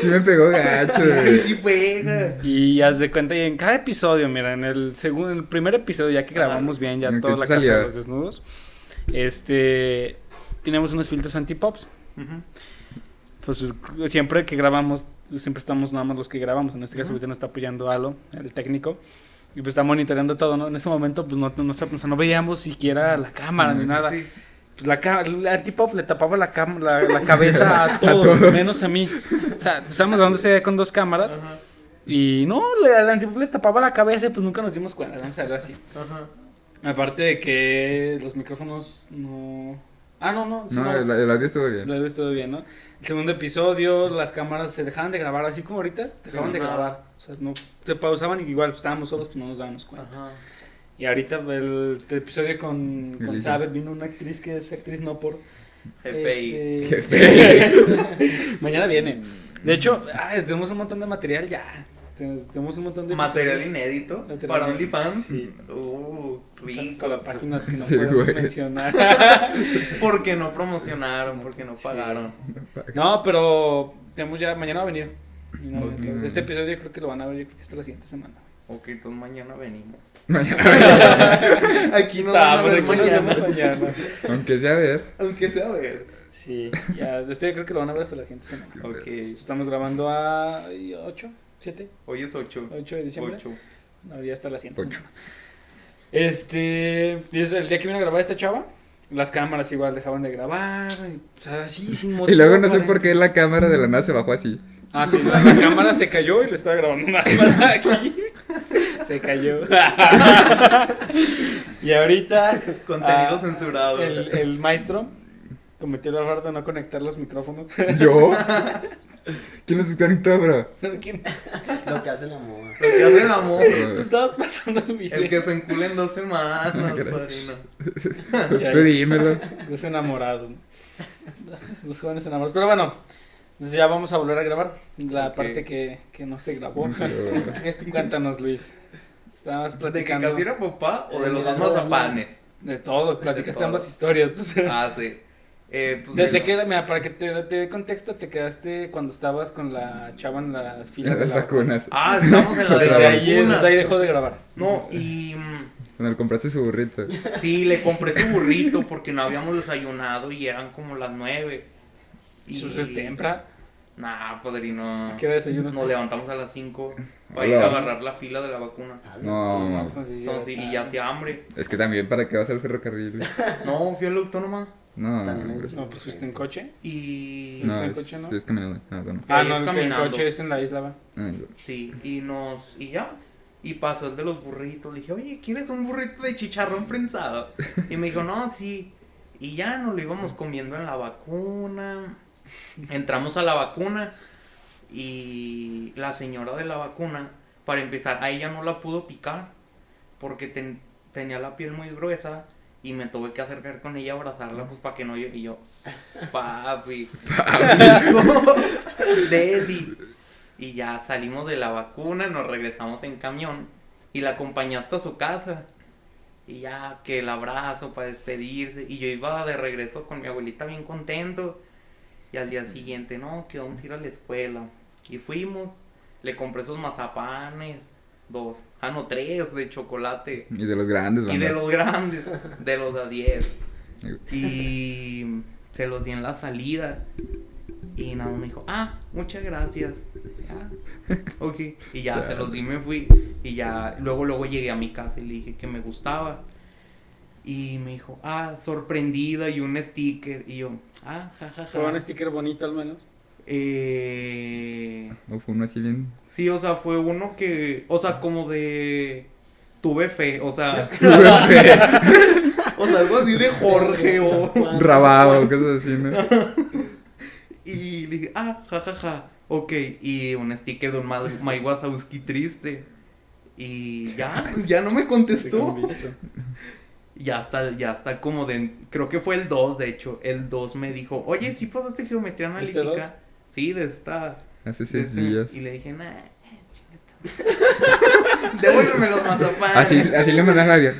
S4: Sí me pegó gacho,
S2: Sí,
S4: güey.
S2: sí pega.
S1: Y haz de cuenta, y en cada episodio, mira, en el segundo, el primer episodio, ya que grabamos bien, ya
S4: Empieza
S1: toda la
S4: a
S1: casa de
S4: liar.
S1: los desnudos, este, tenemos unos filtros anti-pops.
S2: Ujú.
S1: Pues es- siempre que grabamos, siempre estamos nada más los que grabamos. En este caso,
S2: Ujú.
S1: ahorita nos está apoyando Alo, el técnico. Y pues está monitoreando todo, ¿no? En ese momento, pues no, no, no, o sea, no veíamos siquiera la cámara
S4: Mm,
S1: ni
S4: sí,
S1: nada.
S2: Sí.
S1: Pues la, ca- la anti-pop le tapaba la, cam- la, la cabeza a todo,
S4: todos.
S1: menos a mí. O sea, estábamos grabando ese día con dos cámaras.
S2: Ajá,
S1: Y no, le, al antipop le tapaba la cabeza y pues nunca nos dimos cuenta, ¿no? Salió así.
S2: ajá.
S1: Aparte de que los micrófonos no... Ah, no, no. sí,
S4: No, el, el audio estuvo bien.
S1: La luz estuvo bien, ¿no? El segundo episodio, las cámaras se dejaban de grabar, así como ahorita, dejaban de
S2: Ajá.
S1: grabar. O sea, no, se pausaban y igual, pues, estábamos solos, pues no nos dábamos cuenta.
S2: Ajá.
S1: Y ahorita el, episodio con, con
S4: Elisa.
S1: Sabet vino una actriz que es actriz no por...
S2: GPI.
S1: Este- Mañana viene. De hecho, ay, tenemos un montón de material ya. Ten- Tenemos un montón de...
S2: Material
S1: episodios.
S2: inédito
S1: Material
S2: para
S1: inédito,
S2: OnlyFans.
S1: sí.
S2: Uh, rico.
S1: Para páginas que no
S4: Sí,
S1: podemos
S4: güey.
S1: mencionar.
S2: Porque no promocionaron, porque no
S1: Sí.
S2: pagaron.
S1: no, pero tenemos ya, mañana va a venir. Y no,
S2: Ok.
S1: entonces, este episodio yo creo que lo van a ver, yo creo que hasta la siguiente semana.
S2: Ok, entonces mañana venimos.
S4: Mañana,
S2: Aquí nos
S1: Está,
S2: van a
S1: pues,
S2: ver
S1: aquí nos vemos
S2: mañana.
S1: mañana.
S4: aunque sea a ver.
S2: Aunque sea a ver.
S1: Sí, ya, este yo creo que lo van a ver hasta la siguiente semana.
S2: Ok,
S1: Estamos grabando a 8, 7,
S2: hoy es 8.
S1: 8 de diciembre.
S2: 8.
S1: No, ya hasta la siguiente
S4: Ocho.
S1: semana. Este, y es el día que vino a grabar esta chava, las cámaras igual dejaban de grabar, y, o sea, así sin motivo.
S4: Y luego no sé
S1: aparente.
S4: por qué la cámara de la nada se bajó así.
S1: Ah, sí, la, la cámara se cayó y le estaba grabando nada más aquí. Se cayó. y ahorita
S2: Contenido
S1: ah,
S2: censurado.
S1: el, el maestro cometió el error de no conectar los micrófonos.
S4: ¿Yo? ¿Quién los desconectó, bro?
S1: ¿Quién?
S3: Lo que hace la moda.
S2: Lo que hace el amor.
S1: Tú estabas pasando el video.
S2: El que se encula en dos semanas,
S4: Gracias.
S2: padrino.
S1: Pues Ya,
S4: Tú dímelo.
S1: Los enamorados. ¿no? Los jóvenes enamorados. Pero bueno, entonces ya vamos a volver a grabar la
S2: Ok.
S1: parte que, que no se grabó.
S4: Yo-
S1: Cuéntanos, Luis. Estabas
S2: ¿De que
S1: platicando
S2: casi
S1: de,
S2: era papá o de
S3: Sí,
S2: los
S3: la
S2: dos
S3: verdad,
S2: mazapanes?
S1: todo, platicaste
S2: todo.
S1: ambas historias. pues.
S2: Ah, sí. Eh, pues,
S1: Te,
S2: de
S1: te
S2: lo-
S1: queda- mira, para que te, te dé contexto, te quedaste cuando estabas con la chava en la fila
S4: En
S1: de
S4: las
S1: la
S4: vacunas.
S2: Ah, estamos en la de
S1: Desde
S2: la
S1: ahí,
S2: vacuna.
S1: desde ahí dejó de grabar.
S2: No, y mm,
S4: Cuando le compraste su burrito.
S2: sí, le compré su burrito porque no habíamos desayunado y eran como las nueve.
S1: Y pues es Pues, tempra.
S2: Nah, padrino.
S1: ¿A qué hora desayunas?
S2: Nos levantamos a las 5 para
S4: Hola.
S2: ir a agarrar la fila de la vacuna.
S4: No,
S1: No,
S4: no.
S1: pues, así
S2: Entonces,
S1: llega
S2: y ya
S1: tarde.
S2: hacía hambre.
S4: Es que también, ¿para qué vas al ferrocarril? güey?
S2: No, fui a la autónoma
S4: No,
S3: También
S4: hombre.
S3: hay-
S1: No, pues fuiste en coche.
S2: y...
S4: No,
S1: en
S4: es,
S1: coche, no?
S4: es caminando. No, no, no.
S1: Ah,
S2: ahí
S1: no,
S2: es
S1: el que en
S2: caminando.
S1: coche es en la isla, va.
S4: Ay,
S2: Sí, y nos... Y ya. Y pasó el de los burritos. Le dije, oye, ¿quieres un burrito de chicharrón prensado? Y me dijo, no, sí. Y ya nos lo íbamos comiendo en la vacuna. Entramos a la vacuna. Y la señora de la vacuna, para empezar, a ella no la pudo picar. Porque ten- tenía la piel muy gruesa. Y me tuve que acercar con ella, abrazarla, pues para que no yo. Y yo, papi. Deli. Y ya salimos de la vacuna, nos regresamos en camión y la acompañé hasta su casa. Y ya que el abrazo para despedirse. Y yo iba de regreso con mi abuelita bien contento. Y al día siguiente, no, que vamos a ir a la escuela. Y fuimos. Le compré sus mazapanes. Dos. Ah, no, tres de chocolate.
S4: Y de los grandes,
S2: Y
S4: banda.
S2: de los grandes. De los a diez. Y se los di en la salida. Y nada, me dijo, ah, muchas gracias. Ah, ok. Y ya se los di, me fui. Y ya, luego, luego llegué a mi casa y le dije que me gustaba. Y me dijo, ah, sorprendida y un sticker. Y yo, ah, jajaja.
S1: Fue un sticker bonito al menos.
S2: Eh,
S4: No, fue uno así bien.
S2: sí, o sea, fue uno que, o sea, como de... Tuve fe, o sea, o sea, algo así de Jorge o...
S4: Rabado, cosas así, ¿no?
S2: Y le dije, ah, jajaja, ja, ja, ok. Y un sticker de un Ma- Mike Wazowski triste. Y ya, pues, ya no me contestó.
S1: Visto.
S2: Ya está, ya está como de, creo que fue el 2, de hecho. El 2 me dijo, oye, ¿sí pasaste geometría
S1: ¿Este
S2: analítica? Sí, de esta.
S4: Hace
S2: de
S4: seis
S2: esta".
S4: días.
S2: Este, Y le dije, nah, chinga tu- Devuélveme los mazapanes.
S4: Así, así le mandas la vida.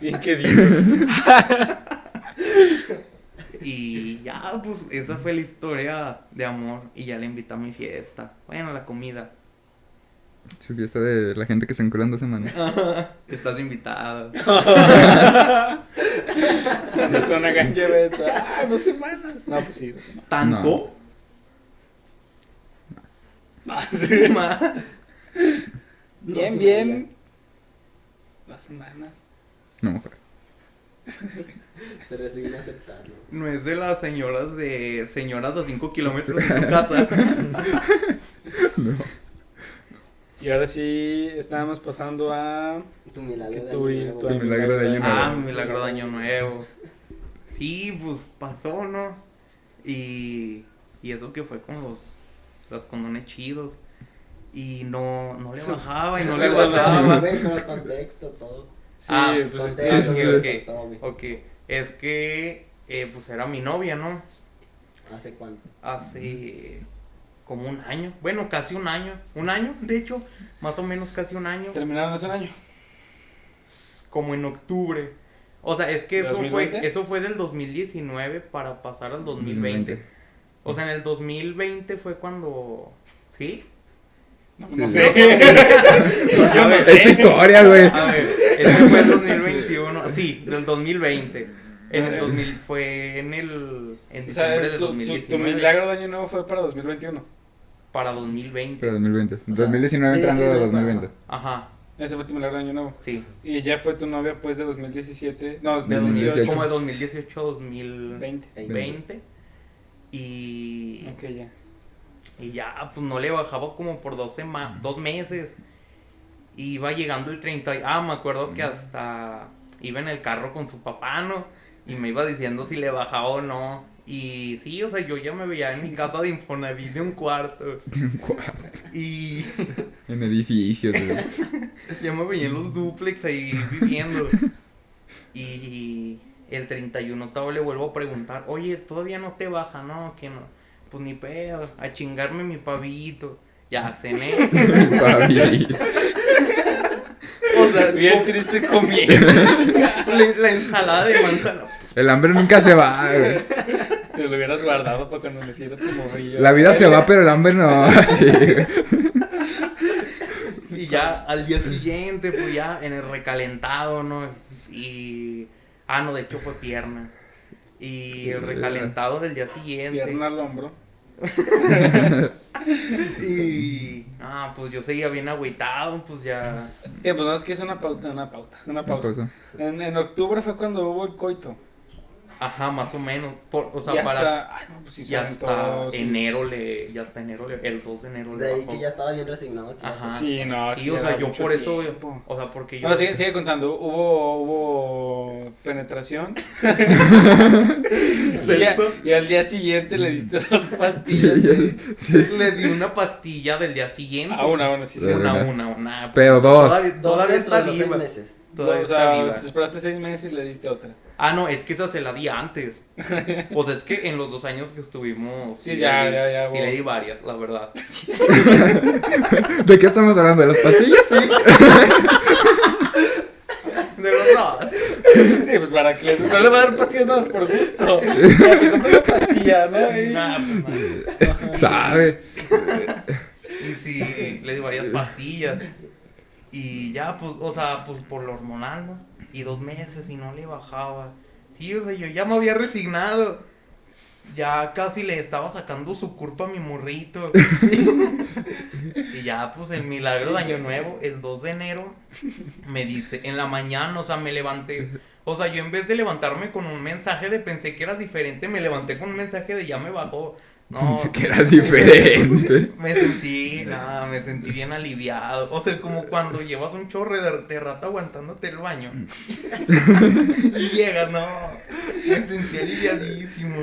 S1: Bien que digo.
S2: Y ya, pues esa fue la historia de amor. Y ya le invité a mi fiesta. Bueno, la comida.
S4: Su fiesta de la gente que se encuentra en dos semanas.
S2: Ah, Estás invitada.
S1: Cuando suena gancho de esto. Ah, dos semanas. No, pues sí, dos semanas.
S2: ¿Tanto? Ah, sí, ma.
S1: Bien, bien. Dos semanas.
S4: No me acuerdo.
S3: Se resigna a aceptarlo.
S2: No es de las señoras de señoras a 5 kilómetros de tu casa.
S4: No.
S1: Y ahora sí, estábamos pasando a.
S3: Tu milagro
S1: Que
S3: de
S1: tu-
S3: año nuevo.
S1: tu-
S4: Tu milagro de año
S2: Ah,
S4: nuevo.
S2: mi milagro de año nuevo. Sí, pues pasó, ¿no? Y, y eso que fue con los, los condones chidos. Y no, no le bajaba y no le
S3: Ah,
S2: bajaba.
S3: güey, pero contexto, todo.
S1: Sí,
S2: Ah,
S1: pues.
S3: contexto,
S4: sí,
S2: sí,
S3: contexto,
S2: ok.
S3: todo, güey.
S2: Ok, es que eh, pues era mi novia, ¿no?
S3: ¿Hace cuánto?
S2: hace como un año, bueno, casi un año, un año, de hecho, más o menos casi un año,
S1: Terminaron hace un año.
S2: como en octubre. O sea, es que eso
S1: ¿2020?
S2: fue eso fue del 2019 para pasar al 2020. O sea, en el 2020 fue cuando ¿sí?
S1: No,
S4: Sí.
S1: no sé.
S2: A ver,
S4: Esta historia, güey.
S2: a ver, ese fue el 2021, sí, del 2020. En el 2000 fue en el en
S1: O
S2: diciembre
S1: sea,
S2: de
S1: tu, tu,
S2: 2019
S1: tu milagro de año nuevo fue para 2021.
S2: para 2020.
S4: Pero 2020.
S3: O sea,
S4: 2019 entrando a
S3: 19,
S4: 2020.
S2: Ajá,
S1: Ese fue tu milagro de año nuevo.
S2: sí.
S1: Y ya fue tu novia, pues, de 2017. No,
S2: De
S1: 2018.
S4: 2018.
S2: como de 2018 2020.
S1: 20.
S2: Y,
S1: Ok, ya.
S2: y ya, pues no le bajaba como por dos, sema- dos meses. Y iba llegando el 30. y- Ah, me acuerdo que hasta iba en el carro con su papá, ¿no? Y me iba diciendo si le bajaba o no. Y sí, o sea, yo ya me veía en mi casa de Infonavit de un cuarto. Y
S4: En edificios, güey.
S2: ya me veía en los duplex ahí viviendo. Y el 31 todavía le vuelvo a preguntar, oye, todavía no te baja, no, que no. Pues ni pedo, a chingarme mi pavito. Ya cené.
S4: Para vivir.
S2: O sea,
S1: Bien
S2: como
S1: triste comiendo.
S2: la, la ensalada de manzana.
S4: El hambre nunca se va, güey.
S1: Te lo hubieras guardado para cuando me hiciera tu morrillo.
S4: La vida se va, pero el hambre no. Sí, güey.
S2: Y ya al día siguiente, pues ya en el recalentado, ¿no? Y. Ah, no, de hecho fue pierna. Y el recalentado del día siguiente.
S1: Pierna al hombro.
S2: y. Ah, pues yo seguía bien agüitado, pues ya.
S1: Eh, pues no, es que es una pauta, una pauta, una
S4: Una
S1: pausa.
S4: pausa.
S1: En, en octubre fue cuando hubo el coito.
S2: Ajá, más o menos. Por, o sea,
S1: y
S2: para.
S1: hasta, ay, no, pues sí se
S2: ya
S1: aventó,
S2: hasta
S1: sí.
S2: enero le. Ya hasta enero le. El 2 de enero
S3: De
S2: le.
S3: ahí
S2: bajó.
S3: que ya estaba bien resignado. Que
S2: Ajá.
S1: Sí, no, es
S2: Sí,
S1: que
S2: o
S1: ya
S2: sea,
S1: da
S2: yo
S1: mucho
S2: por eso.
S1: tiempo.
S2: O sea, porque yo.
S1: Bueno, sigue, sigue contando. Hubo, hubo penetración. y, ya-
S2: Sexo.
S1: y al día siguiente le diste dos pastillas.
S4: sí.
S2: Le di una pastilla del día siguiente.
S1: Ah, una, bueno, sí, sí.
S2: Una,
S4: Ajá.
S2: una, una.
S4: Pero dos.
S2: Todavía,
S3: Dos
S2: todavía
S3: dentro
S2: está
S3: de los seis
S2: viva.
S3: meses.
S2: Todavía
S1: o sea,
S2: está viva.
S1: te esperaste seis meses y le diste otra.
S2: Ah, no, es que esa se la di antes. O sea, es que en los dos años que estuvimos.
S1: Sí,
S2: le
S1: ya,
S2: di-
S1: ya, ya,
S2: Sí,
S1: vos.
S2: le di varias, la verdad.
S4: ¿De qué estamos hablando? ¿De las pastillas?
S2: De verdad.
S1: Sí, pues para que le, no le va a dar pastillas nada más por gusto. Ya te compré una pastilla, ¿no? Y-
S2: Nah, pues, nah.
S4: ¿Sabe?
S2: Y sí, le di varias pastillas. Y ya, pues, o sea, pues por lo hormonal, ¿no? Y dos meses y no le bajaba. Sí, o sea, yo ya me había resignado. Ya casi le estaba sacando su culpa a mi morrito. y ya, pues, el milagro de Año Nuevo, el 2 de enero, me dice, en la mañana, o sea, me levanté. O sea, yo en vez de levantarme con un mensaje de pensé que eras diferente, me levanté con un mensaje de ya me bajó. No,
S4: Pensé que eras diferente.
S2: me sentí, nada, me sentí bien aliviado. O sea, como cuando llevas un chorre de, de rato aguantándote el baño. y llegas, no. Me sentí aliviadísimo.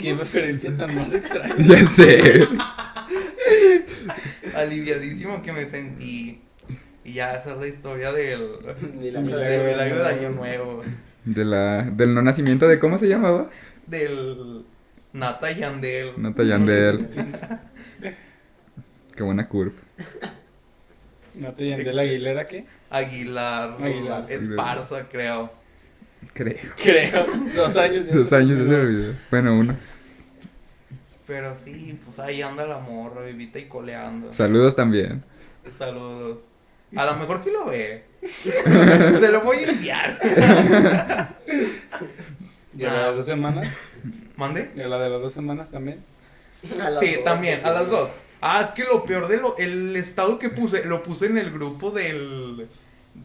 S1: Qué referencia tan más extraña.
S4: Ya sé.
S2: Aliviadísimo que me sentí. Y ya esa es la historia del,
S3: Milagro.
S2: del milagro de Año Nuevo.
S4: De la, del no nacimiento de cómo se llamaba.
S2: Del Nata Yandel.
S4: Nata Yandel. Qué buena curva.
S1: ¿No te llenó la Aguilera qué?
S2: Aguilar,
S1: Aguilar.
S2: Esparza, creo.
S4: Creo.
S1: Creo. Dos años. ya
S4: Dos
S1: se
S4: años ya se
S1: terminó.
S4: me olvidó. Bueno, uno.
S2: Pero sí, pues ahí anda la morra, vivita y coleando.
S4: Saludos también.
S2: Saludos. A lo mejor sí lo ve. Se lo voy a enviar.
S1: ¿Y a la de dos semanas?
S2: ¿Mande?
S1: ¿Y a la de las dos semanas también?
S3: A las
S2: Sí,
S3: dos,
S2: también,
S3: ¿no?
S2: a las dos. Ah, es que lo peor del el estado que puse, lo puse en el grupo del,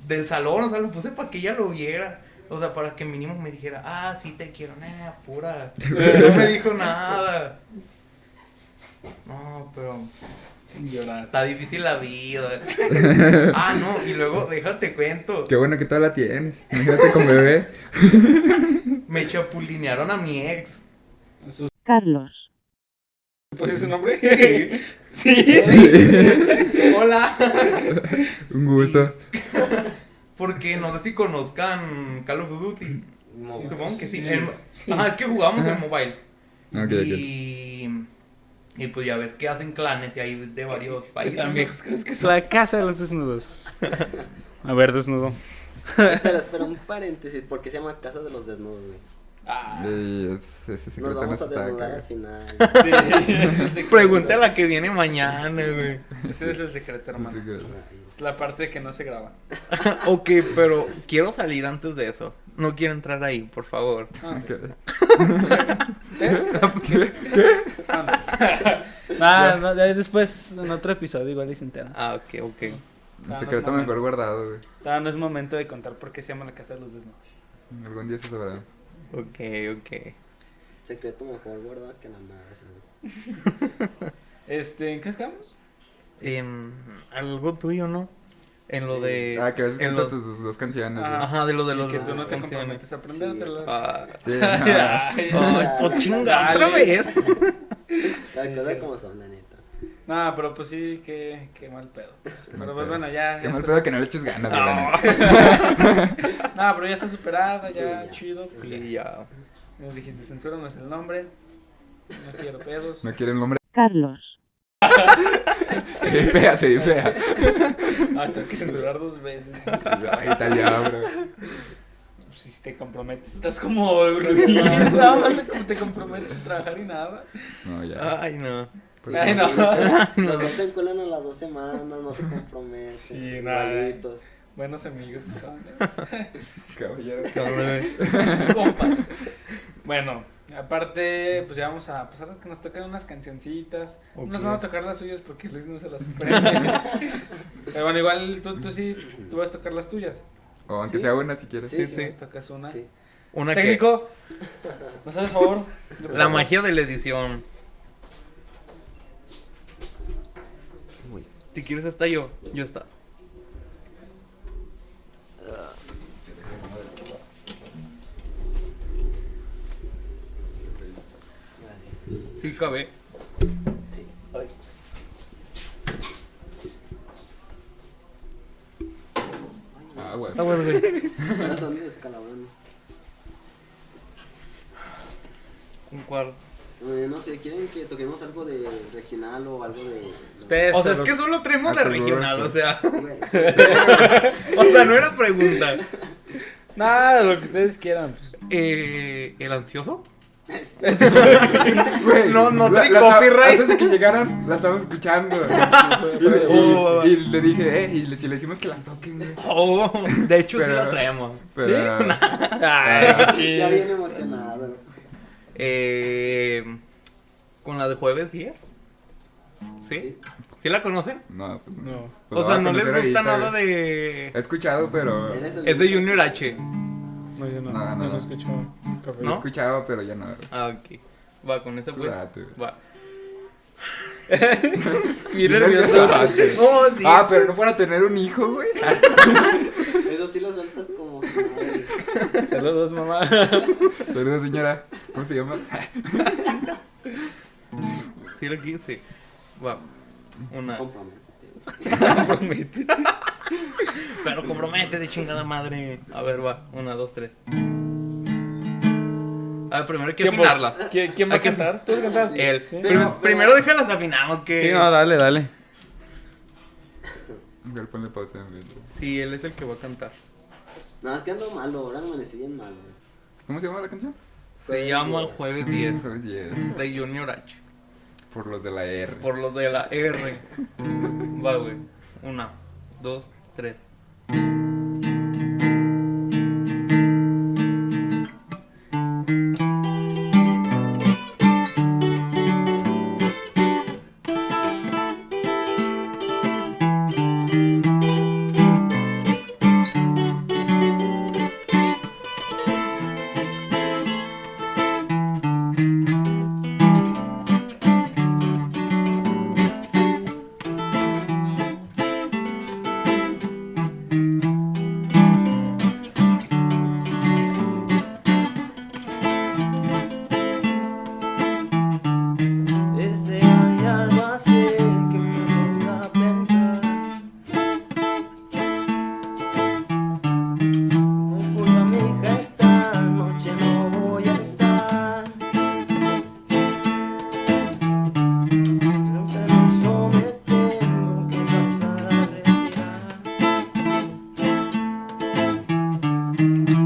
S2: del salón, o sea, lo puse para que ella lo viera. O sea, para que mínimo me dijera, ah, sí te quiero, nada, pura. No me dijo nada. No, pero
S1: Sin llorar.
S2: está difícil la vida. Ah, no, y luego déjate cuento.
S4: Qué bueno que toda la tienes. Imagínate con bebé.
S2: Me chapulinearon a mi ex.
S1: ¿Su-
S5: Carlos.
S1: ¿Puede su nombre? sí.
S2: Hola.
S4: Un gusto.
S2: Porque no sé si conozcan Call of Duty.
S3: Mo-
S1: Sí.
S2: Supongo que sí.
S1: Sí,
S2: El-
S1: sí.
S2: Ajá, es que jugamos en
S4: Ajá.
S2: mobile.
S4: Ok, ok.
S2: y... y pues ya ves que hacen clanes y hay de varios
S1: Que
S2: países.
S1: también
S2: ¿no?
S1: es que es la casa de los desnudos. A ver, desnudo.
S3: Espera, espera, un paréntesis. ¿Por qué se llama Casa de los Desnudos, güey?
S1: Ah,
S4: Y ese, ese
S3: Nos
S4: secreto no
S3: vamos
S4: se
S3: a
S4: sabe,
S3: desnudar
S4: creo.
S3: al final.
S2: Pregunta la que viene mañana, güey.
S1: Ese es el secreto, hermano.
S3: Rayos.
S1: La parte que no se graba.
S2: ok, pero quiero salir antes de eso. No quiero entrar ahí, por favor.
S1: Ah, ok. Ah, no.
S4: Ya.
S1: No, Ah, no, ya después en otro episodio igual y se entera.
S2: Ah, ok, ok.
S1: Ah,
S4: Un secreto
S1: no es
S4: mejor guardado, güey.
S1: Ah, no es momento de contar por qué se llama la casa de los desnudos.
S4: Algún día se sabrá.
S2: Ok, ok.
S3: Secreto mejor guardado que la nada. ese, güey.
S1: Este, ¿en qué estamos?
S2: Em, algo tuyo, ¿no? En lo
S3: Sí.
S2: de.
S4: Ah, que ves que
S2: en
S4: cantas
S2: lo-
S4: tus dos canciones, güey.
S1: Ah.
S2: Ajá, de lo de los.
S1: que tú
S3: dos
S1: no te
S2: canciones.
S1: comprometes a aprendértelas.
S2: Ah.
S4: Sí, ajá.
S1: Ay,
S2: Ay,
S1: no.
S2: pues chinga, otra
S1: Dale.
S2: vez.
S3: Las
S1: Sí,
S3: cosas
S1: sí.
S3: como son, la neta.
S1: No, pero pues sí, qué, qué mal pedo. Pero pues
S4: pedo.
S1: bueno, ya.
S4: Qué
S1: ya
S4: mal
S1: está
S4: pedo que no le eches ganas, güey, la neta.
S1: No, pero ya está superada, ya,
S3: Sí, ya.
S1: chido. pues,
S2: Y ya.
S1: Nos dijiste, censúranos el nombre. No quiero pedos.
S4: No quiere el nombre.
S5: Carlos.
S4: Se ve fea, se ve fea.
S1: Ah, tengo que censurar dos veces.
S4: Ay, está ya, bro.
S1: Pues, si te comprometes, estás como Luis, nada más como te comprometes a trabajar y nada.
S4: No, ya. Pues
S2: Ay, no.
S4: Por
S1: Ay,
S4: eso-
S1: no.
S3: Los dos se encuelan a las dos semanas, no se comprometen.
S1: Sí, nada.
S3: igualitos.
S1: Buenos amigos que son. ¿eh?
S4: Caballero.
S2: Cabrón.
S1: Compas. Bueno, aparte, pues ya vamos a pasar a que nos toquen unas cancioncitas.
S4: Ok.
S1: Nos van a tocar las suyas porque Luis no se las aprende. Pero bueno, igual tú, tú sí, tú vas a tocar las tuyas.
S4: O aunque
S6: Sí.
S4: sea una si quieres.
S6: Sí,
S1: Si
S6: sí.
S1: nos tocas una.
S6: Sí.
S2: Una que-
S1: Técnico, ¿nos haces favor?
S2: La magia de la edición. Si quieres está yo, yo está. Sí, cabe.
S6: Sí. Ay.
S4: Ah, güey.
S6: Ahora son descalabrando.
S2: Un cuarto.
S6: Eh, no sé, ¿quieren que toquemos algo de regional o algo de...?
S2: O sea, es que solo traemos de
S4: a tu
S2: regional, o
S4: gusto.
S2: sea.
S6: Güey,
S2: O sea, no era pregunta.
S1: Nada, lo que ustedes quieran. pues.
S2: Eh, ¿El ansioso?
S4: Güey,
S2: No, no
S4: la-
S2: trae
S4: la-
S2: copyright.
S4: Antes de que llegaran, la estábamos escuchando. Y,
S2: Oh,
S4: y- y le dije, eh, y le, si le decimos que la toquen, güey.
S2: Oh, de hecho sí
S4: Pero-
S2: la traemos.
S4: Pero,
S1: Ay, chido.
S6: ya bien emocionado.
S2: Eh, con la de jueves 10. ¿Sí? ¿Sí,
S6: Sí.
S2: la conocen?
S4: No, pues no.
S1: No.
S2: o
S4: Pues
S2: sea,
S4: la voy a
S2: no les
S4: conocer
S2: gusta
S4: ahorita,
S2: nada
S4: güey. He
S2: de...
S4: escuchado, pero.
S6: Eres el
S2: Es de
S6: único.
S2: Junior H.
S1: No, yo no.
S4: No,
S1: No,
S4: no,
S1: no,
S4: no.
S1: escucho. café.
S4: He
S2: ¿No?
S4: escuchado, pero ya no.
S2: Ah, ok. Va, con esa
S4: Tú
S2: pues.
S4: date, güey.
S2: Va.
S1: Bien nervioso.
S2: Oh, sí.
S4: Ah, pero no para tener un hijo, güey.
S6: Eso sí lo sueltas como... madre.
S1: Saludos, mamá.
S4: Saludos, señora. ¿Cómo se llama?
S2: Sí, la quise. Va. Una.
S6: Comprométete.
S2: Pero comprométete, chingada madre. A ver, va. Una, dos, tres. A ver, primero hay que
S1: ¿Quién va-
S2: afinarlas.
S1: ¿Quién, quién va
S2: Hay
S1: a
S2: que-
S1: cantar? ¿Tú vas a cantar?
S2: Él.
S1: Sí.
S2: Prim-
S6: Pero-
S2: Primero déjalas afinamos que...
S1: Sí, no, dale, dale.
S4: Miguel, ponle pausa en vez.
S2: Sí, él es el que va a cantar.
S6: No, es que ando malo, ahora amanecí bien malo. güey.
S4: ¿Cómo se llama la canción?
S2: Se llama Jueves 10
S4: Pues, yes.
S2: de Junior H.
S4: Por los de la R.
S2: Por los de la R. Va, güey. Una, dos, tres.
S6: Este gallardo hace que me ponga a pensar. No culpa mi hija esta noche no voy a estar. No permiso me tengo que pasar a retirar.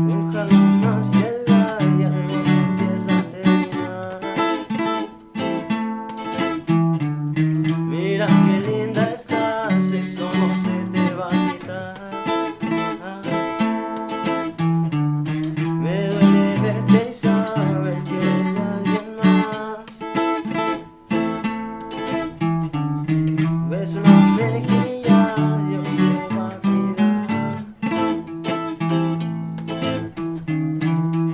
S6: Un jalón hacia el gallardo empieza a terminar. Mira qué linda estás, eso no se te va a quitar. Me duele verte y saber que eres de alguien más. Ves una mejilla, Dios te va a cuidar.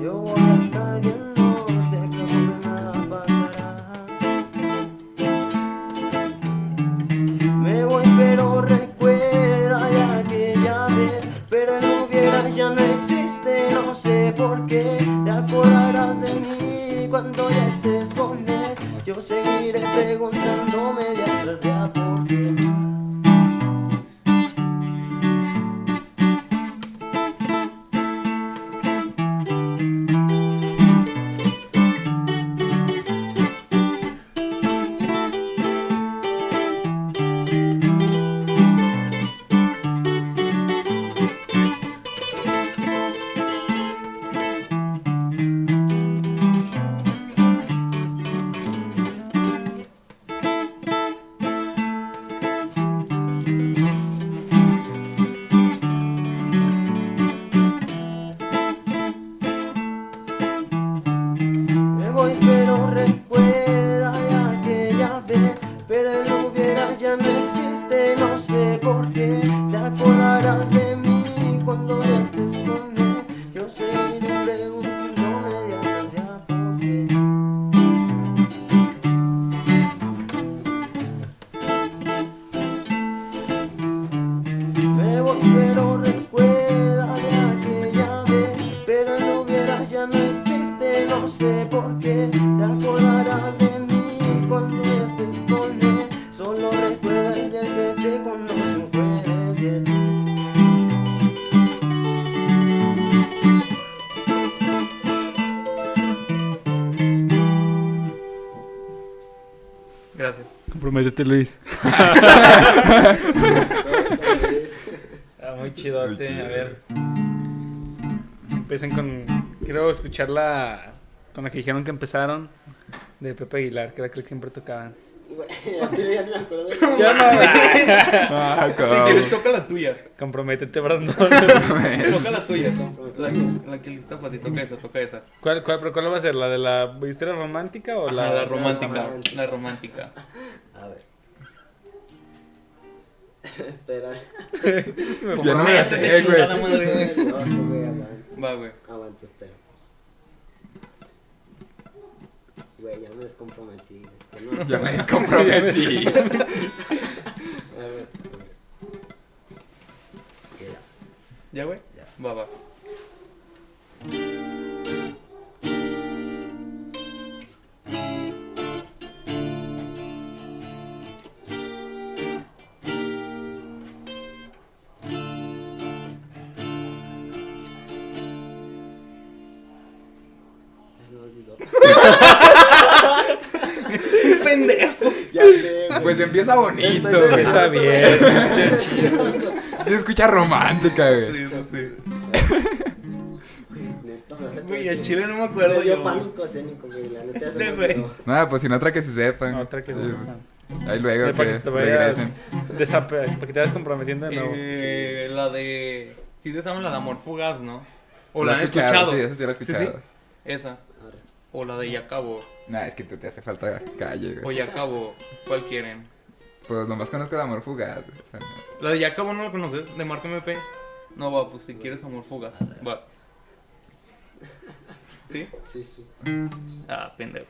S6: Yo voy a estar bien, no te preocupes, nada pasará. Me voy pero recuerda ya que ya ves Pero el hubiera ya no existe, no sé por qué Te acordarás de mí cuando ya estés con él Yo seguiré preguntándome día tras día por qué tarde, no sé por qué te acordarás de mí cuando estés con él. Solo recuerda el día que te conocí un jueves de
S2: Gracias.
S4: Comprométete, Luis.
S1: Ah, muy chidote,
S4: Muy chido.
S1: a ver. Empiecen con. Quiero escuchar la. Con la que dijeron que empezaron. De Pepe Aguilar, que era que siempre tocaban.
S6: Güey, ya ni me acuerdo.
S1: Ya no.
S4: Ah,
S2: Si quieres,
S4: cabrón.
S2: toca la tuya.
S1: Comprométete, Brandon.
S2: Toca la tuya. La, la que lista para ti. Toca esa, toca esa.
S1: ¿Cuál, cuál, pero cuál va a ser? ¿La de la historia romántica o
S2: La,
S1: la.?
S2: la romántica.
S6: romántica.
S2: La romántica.
S6: A ver. Espera.
S4: Ya no me la sé,
S2: Comprométete,
S4: güey.
S2: chingada madre.
S6: No, sí, güey, aguanta.
S2: Va, güey.
S6: Aguanta, espera. Güey, ya me descomprometí. güey. Ya no me
S4: Ya
S6: acuerdo.
S4: me descomprometí.
S6: A ver, a ver. Que ya.
S2: ¿Ya, güey?
S6: Ya.
S2: Va, va.
S6: Se me olvidó.
S2: Pendejo.
S6: Ya sé, güey.
S4: Pues empieza bonito,
S6: Estoy
S4: güey.
S1: Empieza Pues bien.
S4: Se escucha romántica, güey.
S2: Sí, sí, sí.
S6: Neta, me hace
S2: Güey,
S6: todo
S2: al
S6: chido.
S2: chile no me acuerdo
S6: Me dio
S2: yo.
S6: pánico escénico, güey. La neta ya se
S2: Sí,
S6: me
S2: güey.
S6: olvidó.
S4: Nada, pues sin otra que se sepan.
S1: Otra que se
S4: Sí,
S1: sepa.
S4: pues, Ahí luego
S1: Para
S4: que
S1: que se te vaya-
S4: regresen.
S1: Desape- Para que te vayas comprometiendo de nuevo.
S2: Eh, La de. Sí, te saben la de amor fugaz, ¿no? O la,
S4: ¿La has
S2: han escuchado.
S4: escuchado? Sí, esa sí la he escuchado.
S2: Esa.
S6: Arre.
S2: O la de ya acabó.
S4: Nah, es que te, te hace falta calle,
S2: O
S4: güey.
S2: ya acabó. ¿Cuál quieren?
S4: Pues nomás conozco el amor fugaz, güey. O sea,
S2: La de ya acabó no la conoces. De Marco MP. No va, pues si quieres amor fugaz. Va. ¿Sí?
S6: Sí, sí.
S2: Ah, pendejo.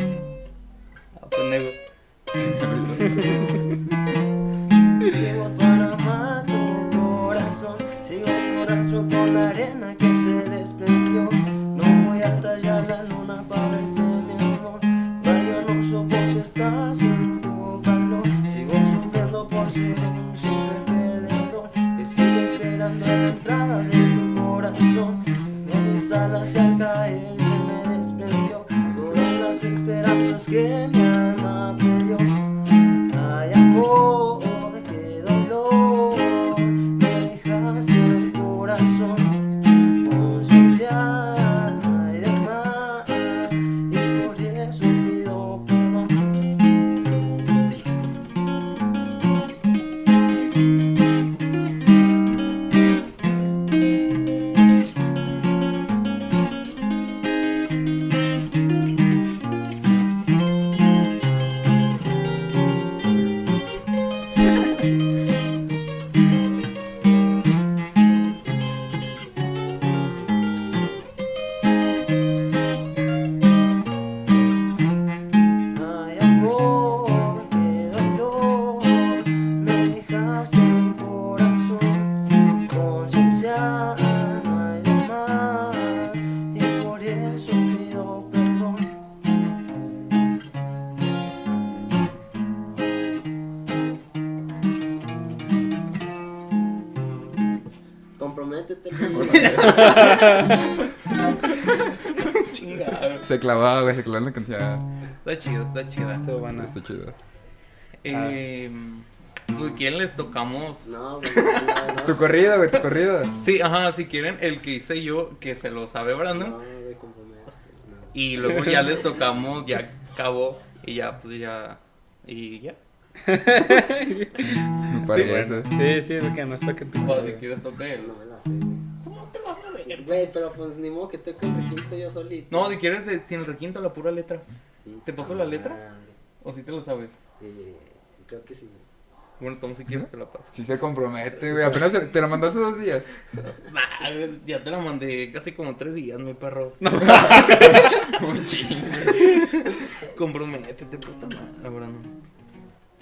S2: Ah, pendejo.
S6: Vivo para amar tu corazón. Sigo tu rastro con la arena que se desprendió. No voy a tallar la luna para verte, mi amor. Vaya, no soporto estar sin tu calor. Sigo sufriendo por ser un simple perdedor. Te sigo esperando a la entrada de tu corazón. No mis alas y al caer se me desprendió. Todas las esperanzas que mi alma perdió. Ay amor, qué dolor, me dejaste el corazón Conciencia no hay de más y por eso pido perdón Ay amor, qué dolor, me dejaste el corazón Conciencia no hay de más y por eso pido perdón Comprométete.
S2: Chingado.
S4: Se clavaba, güey, se clavó en la canción.
S2: Está chido, está chida.
S1: Estuvo buena.
S4: Está chido.
S2: Eh, ¿con ¿Quién les tocamos?
S6: No, güey, no, no.
S4: Tu corrido, güey, tu corrido.
S2: Sí, ajá, si quieren, el que hice yo, que se lo sabe Brandon.
S6: No, güey, comprométete, no.
S2: Y luego ya les tocamos, ya acabó. Y ya, pues ya. Y ya.
S4: Me parece.
S1: Sí, sí, es lo que no está que tú.
S2: Cuando quieras tocar el-
S3: No me la sé, güey.
S2: ¿Cómo te vas a ver?
S3: Güey, pero pues ni modo que toque el requinto yo solito.
S2: No, si quieres, eh, sin el requinto, la pura letra. ¿Te pasó la letra?
S3: Madre.
S2: ¿O si te la sabes?
S3: Eh, creo que sí.
S2: Bueno, Tom, si quieres, te la paso.
S4: Sí se compromete, güey. Apenas se- te lo mandó hace dos días.
S2: Nah, güey, ya te la mandé casi como tres días, mi perro. Un chingo. Comprométete, puta madre, Brandon.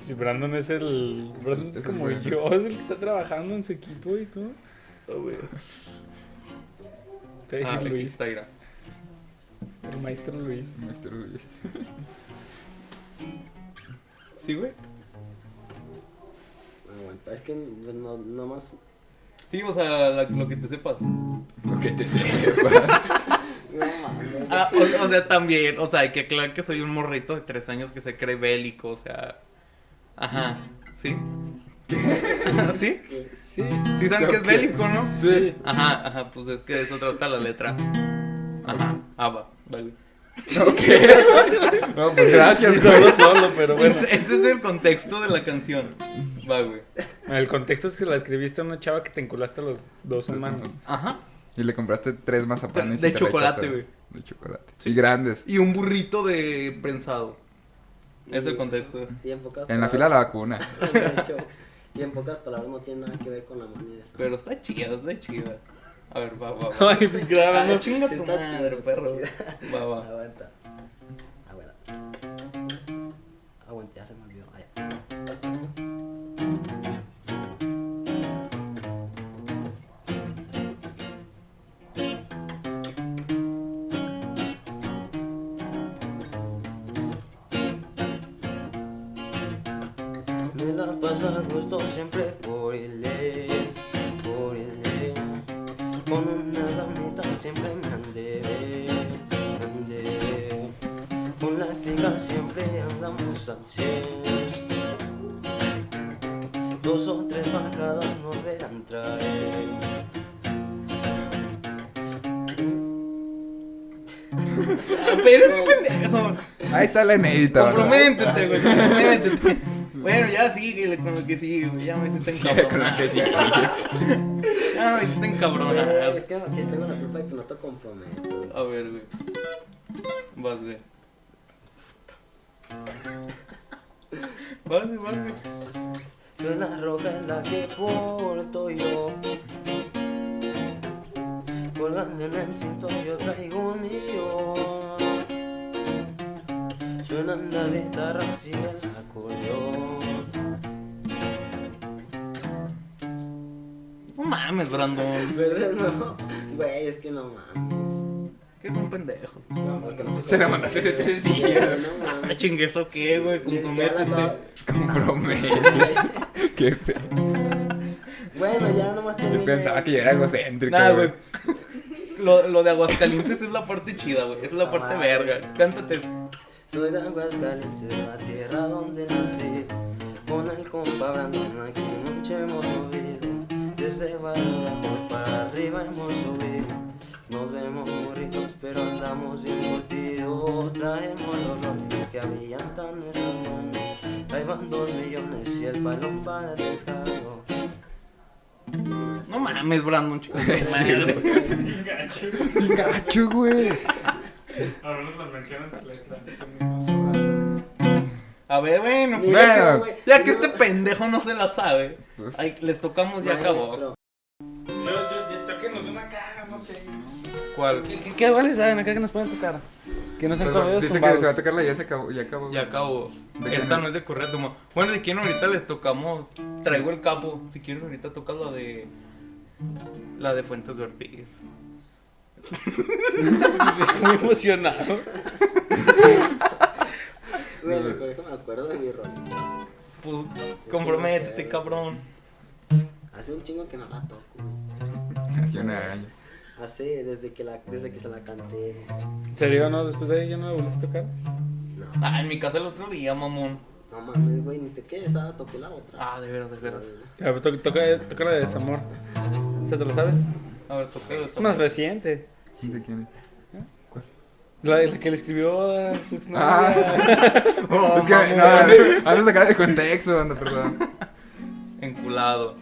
S1: Si Brandon es el. Brandon
S4: Este
S1: es como yo, es el que está trabajando en su equipo y tú.
S2: Ah, güey.
S1: Te voy a
S2: Ah,
S1: decir
S2: aquí
S1: Luis,
S2: está, mira.
S1: el maestro Luis.
S4: Mr. Luis.
S2: ¿Sí, güey?
S3: Aguanta. Es que pues, no, no más.
S2: Sí, o sea, la- lo que te sepas.
S4: Lo que te sepa.
S3: No mames.
S2: Ah, o, o sea, también, o sea, hay que aclarar que soy un morrito de tres años que se cree bélico, o sea. Ajá, ¿sí? ¿Sí?
S1: Sí.
S2: ¿Sí saben que es
S4: Ok.
S2: bélico, no?
S1: Sí.
S2: Ajá, ajá, pues es que de eso trata la letra. Ajá, ah, ABBA, vale.
S4: Ok. No, pues gracias,
S1: Solo,
S4: güey.
S1: solo, pero bueno.
S2: Ese Pues, ese es el contexto de la canción. Va, güey.
S1: El contexto es que se la escribiste a una chava que te enculaste a los dos hermanos.
S2: Ajá.
S4: Y le compraste tres mazapanes.
S2: De
S4: y te
S2: chocolate,
S4: rechazó.
S2: güey.
S4: De chocolate. Y grandes.
S2: Y un burrito de prensado. Es el contexto.
S3: Y en pocas
S4: En la
S3: palabras-
S4: fila de la vacuna.
S3: De hecho, y en pocas palabras no tiene nada que ver con la manera. esa.
S2: Pero está chida, está chida. A ver, va, va, va.
S1: Ay, grabando.
S2: Ah, chinga
S3: Sí,
S2: tu
S3: está
S2: madre,
S3: chido,
S2: perro.
S3: está
S2: Va, va.
S3: Aguanta. Aguanta. Aguanta, ya se me olvidó. Ay. Me la pasa a gusto siempre por el aire, por el E. aire. Con unas amitas siempre me han de ver, me han de ver. Con la clica siempre andamos al cien. Dos o tres bajadas nos verán traer.
S2: Ah, Pero es un pendejo.
S4: Ahí está la inédita. ¿verdad?
S2: Comprométete, güey. Comprométete. Bueno, ya síguele con lo que sigue, güey. Ya me hiciste
S4: Sí, con lo
S2: encabronar.
S4: que sí.
S2: Ya me hiciste
S3: Güey, Es
S2: encabronar.
S3: que, que tengo la culpa de que no te comprometo.
S2: A ver, güey. Vas, güey. Vas, güey, vas, güey.
S3: Soy la roca en la que porto yo. Colgando en el cinto yo traigo un lío. Suenan las guitarras y el acordeón.
S2: No mames, Brandon.
S3: ¿Verdad? No. Güey, es que no mames.
S2: Que es un pendejo.
S4: Se la mandaste ese tres días.
S3: No
S2: Ah,
S3: mames.
S2: chingue, ¿eso qué, güey?
S3: Ya la acabo-
S2: Comprométete.
S4: Comprométete. Qué fe.
S3: Bueno, ya nomás terminé.
S4: Yo pensaba que yo era egocéntrico.
S2: Nah,
S4: güey.
S2: güey. Lo, lo de Aguascalientes es la parte chida, güey. Es la parte
S3: Ah,
S2: verga. Cántate.
S3: Soy de Aguascalientes, la tierra donde nací. Con el compa Brandon aquí mucho hemos movido. Desde Bajos para arriba hemos subido. Nos vemos burritos, pero andamos bien curtidos. Traemos los roles que avillantan nuestras manos. Ahí van dos millones y el balón para el descargo.
S2: No mames, Brandon, chico.
S4: Sí,
S2: madre.
S4: Sí, gacho, güey.
S1: A ver, nos lo mencionan su letra.
S2: A ver, bueno, pues,
S4: Bueno.
S2: ya que este pendejo no se la sabe,
S4: Pues-
S2: ay, les tocamos ya acabó.
S1: Yo, yo, toquenos una cara, no sé.
S2: ¿Cuál?
S1: ¿Qué, qué vale saben acá que nos pueden tocar? Que no sean corridos
S4: Dice que
S1: tumbados.
S4: se Pues va a tocar la ya se acabó. Ya acabó.
S2: Ya
S4: güey.
S2: acabó.
S4: ¿De
S2: Esta
S4: quién?
S2: no es de correa Tumba. Bueno, si quieren ahorita les tocamos. Traigo el capo. Si quieres ahorita tocas la de. La de Fuentes de Ortiz.
S1: Muy emocionado.
S3: Bueno, pero déjame acuerdo de mi rol.
S2: Pues comprométete, cabrón.
S3: Hace un chingo que no la toco.
S4: Hace un año.
S3: Hace desde que, la, desde que se la canté.
S1: ¿En serio no? Después de ahí ya no la volviste a tocar.
S3: No.
S2: Ah, en mi casa el otro día, mamón.
S3: No mames, güey, ni te quedes, ah, toqué la otra.
S2: Ah, de veras, de veras.
S1: A ver, to- toca, toca la de desamor. ¿Se te lo sabes?
S2: A ver, toca
S1: Es más reciente.
S4: ¿De quién?
S1: La, la que le escribió a su exnovia.
S4: Ah.
S2: Oh,
S4: es que,
S2: mamón.
S4: no, ando sacado de contexto, anda, perdón.
S2: Enculado.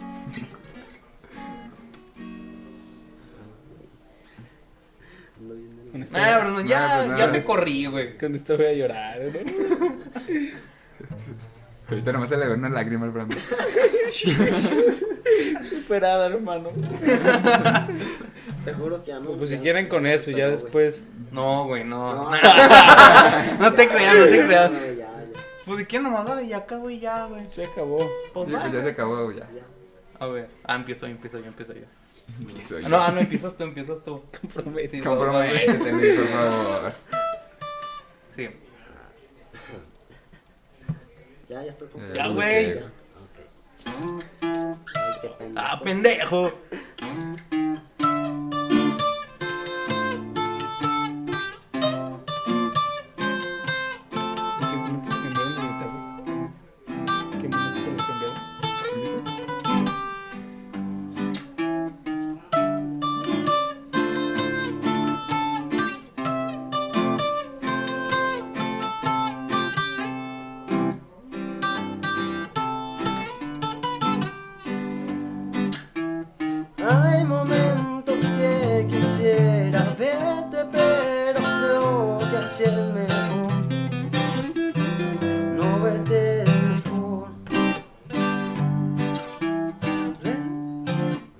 S3: Ando bien
S1: Con esta-
S2: Nah, perdón, Ah, ya,
S4: pues, nah.
S2: ya te corrí, güey.
S1: Con esto voy a llorar, ¿no?
S4: Ahorita nomás se le ve una lágrima al Brandon.
S1: Superada, hermano.
S3: Te juro que ya no.
S1: Pues si
S3: ya-
S1: quieren con eso, ya
S3: no, güey.
S1: después.
S2: No, güey, no.
S3: No.
S2: No te creas, no te creas.
S3: güey, ya, ya,
S2: Pues de quién nomás la de Yaka, güey, ya, güey.
S1: Se acabó.
S2: Pues
S4: Sí, pues ya se acabó, ya.
S3: ya.
S2: A ver. Ah, empiezo yo, empiezo yo, empiezo yo.
S4: Empiezo yo.
S2: No, ah, no, empiezas tú, empiezas tú.
S1: Compromete.
S2: Sí,
S4: Comprométete, Luis, por favor.
S2: Sí.
S3: Ya, ya estoy completo.
S2: Ya, güey.
S3: Ya, ok. Ay, qué pendejo.
S2: Ah, pendejo.
S1: ¿Qué minutos cambiaron de guitarra? ¿Qué minutos se los cambiaron?
S3: Hay momentos que quisiera verte, pero creo que así es mejor. No verte mejor. Re-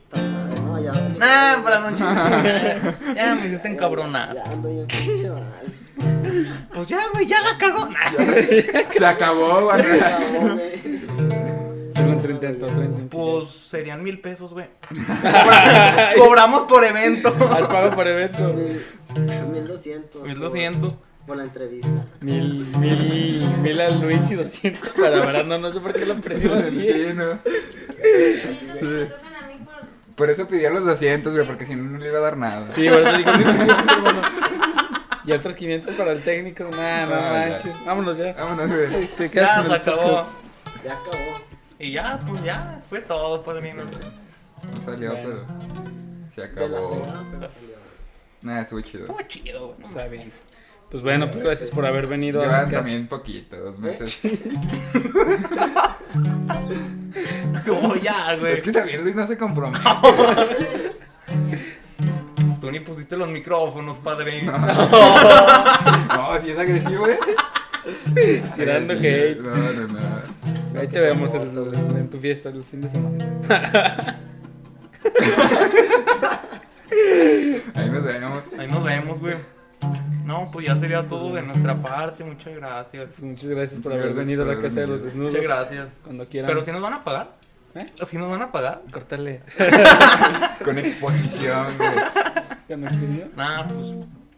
S3: Puta madre, No, ya.
S2: Nah, Brandon, chico. Ya me hiciste
S3: Ya, Ya
S2: encabronar.
S3: ando bien pinche mal.
S2: Pues ya, güey, ya la cagó. Nah.
S4: Se acabó,
S3: Ya,
S4: barra.
S3: güey.
S1: Solo entre intento, otro intento.
S2: Pues serían mil pesos, güey. Cobra- Cobramos por evento.
S1: Al pago por evento.
S3: Mil- 1200.
S2: Mil
S3: por-
S2: doscientos.
S3: Por la entrevista.
S1: Mil, mil, mil a Luis y 200 para Brandon. No sé por qué lo presiono así.
S4: Sí, no.
S5: Entonces me tocan a mí por
S4: Por eso pidió los 200, güey, porque si no, no le iba a dar nada.
S1: Sí, por eso digo 1200, hermano. Y otros 500 para el técnico. Nah, no
S4: Ah, ya.
S1: manches. Vámonos ya.
S4: Vámonos, güey.
S1: Te quedas
S2: Ya
S1: con
S2: se
S1: el
S2: acabó.
S1: podcast.
S3: Ya acabó.
S2: Y ya, pues ya, fue todo, padrino.
S4: No salió,
S1: Bueno.
S4: pero. Se
S3: De la
S4: acabó.
S3: fregada, pero salió.
S4: Nada, estuvo chido.
S2: Estuvo chido, güey.
S1: Está bien. Pues bueno, pues gracias por haber venido.
S4: Llevan
S1: acá.
S4: también poquito, dos meses.
S2: Como ya, güey.
S4: Es que también Luis no se compromete.
S2: Tú ni pusiste los micrófonos, padre.
S4: No, si es agresivo, güey.
S1: Tirando
S4: Sí,
S1: hate.
S4: No, no, no.
S1: Ahí te vemos el- el- en tu fiesta el fin de semana.
S4: Ahí nos vemos.
S2: Ahí nos vemos, güey. No, pues ya sería todo de nuestra parte. Muchas gracias.
S1: Pues Muchas gracias por
S4: Muchas
S1: haber
S4: gracias
S1: venido a
S4: por
S1: la
S4: haber
S1: casa de los
S4: venido.
S1: desnudos.
S2: Muchas gracias.
S1: Cuando quieran.
S2: Pero si nos van a pagar.
S1: ¿Eh?
S2: Si nos van a pagar.
S1: Cortarle.
S4: Con exposición, güey.
S1: ¿Cuándo escribió?
S2: Nah, pues.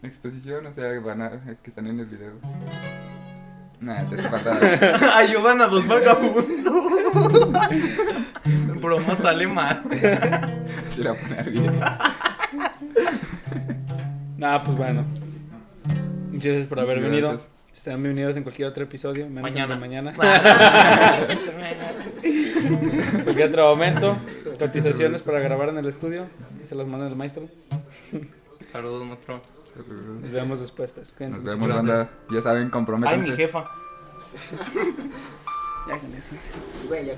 S4: Exposición, o sea, van a, que están en el video. Nada, te hace falta.
S2: Ayudan a dos vagabundos. Broma sale mal.
S4: Se la pone al video.
S1: Nah, pues bueno. Muchas gracias por haber
S4: Muchas
S1: venido.
S4: gracias.
S1: Estarán bienvenidos en cualquier otro episodio. Menos
S2: Mañana.
S1: En el de mañana.
S2: mañana.
S1: En cualquier otro momento. Cotizaciones para grabar en el estudio. Se las manda el maestro.
S2: Saludos, maestro.
S1: Nos vemos después, pues. Cuídense
S4: Nos
S1: mucho.
S4: vemos, banda. Ya saben,
S2: Ay, mi
S4: comprométanse.
S2: jefa.
S1: Ya con eso.
S3: Güey, ya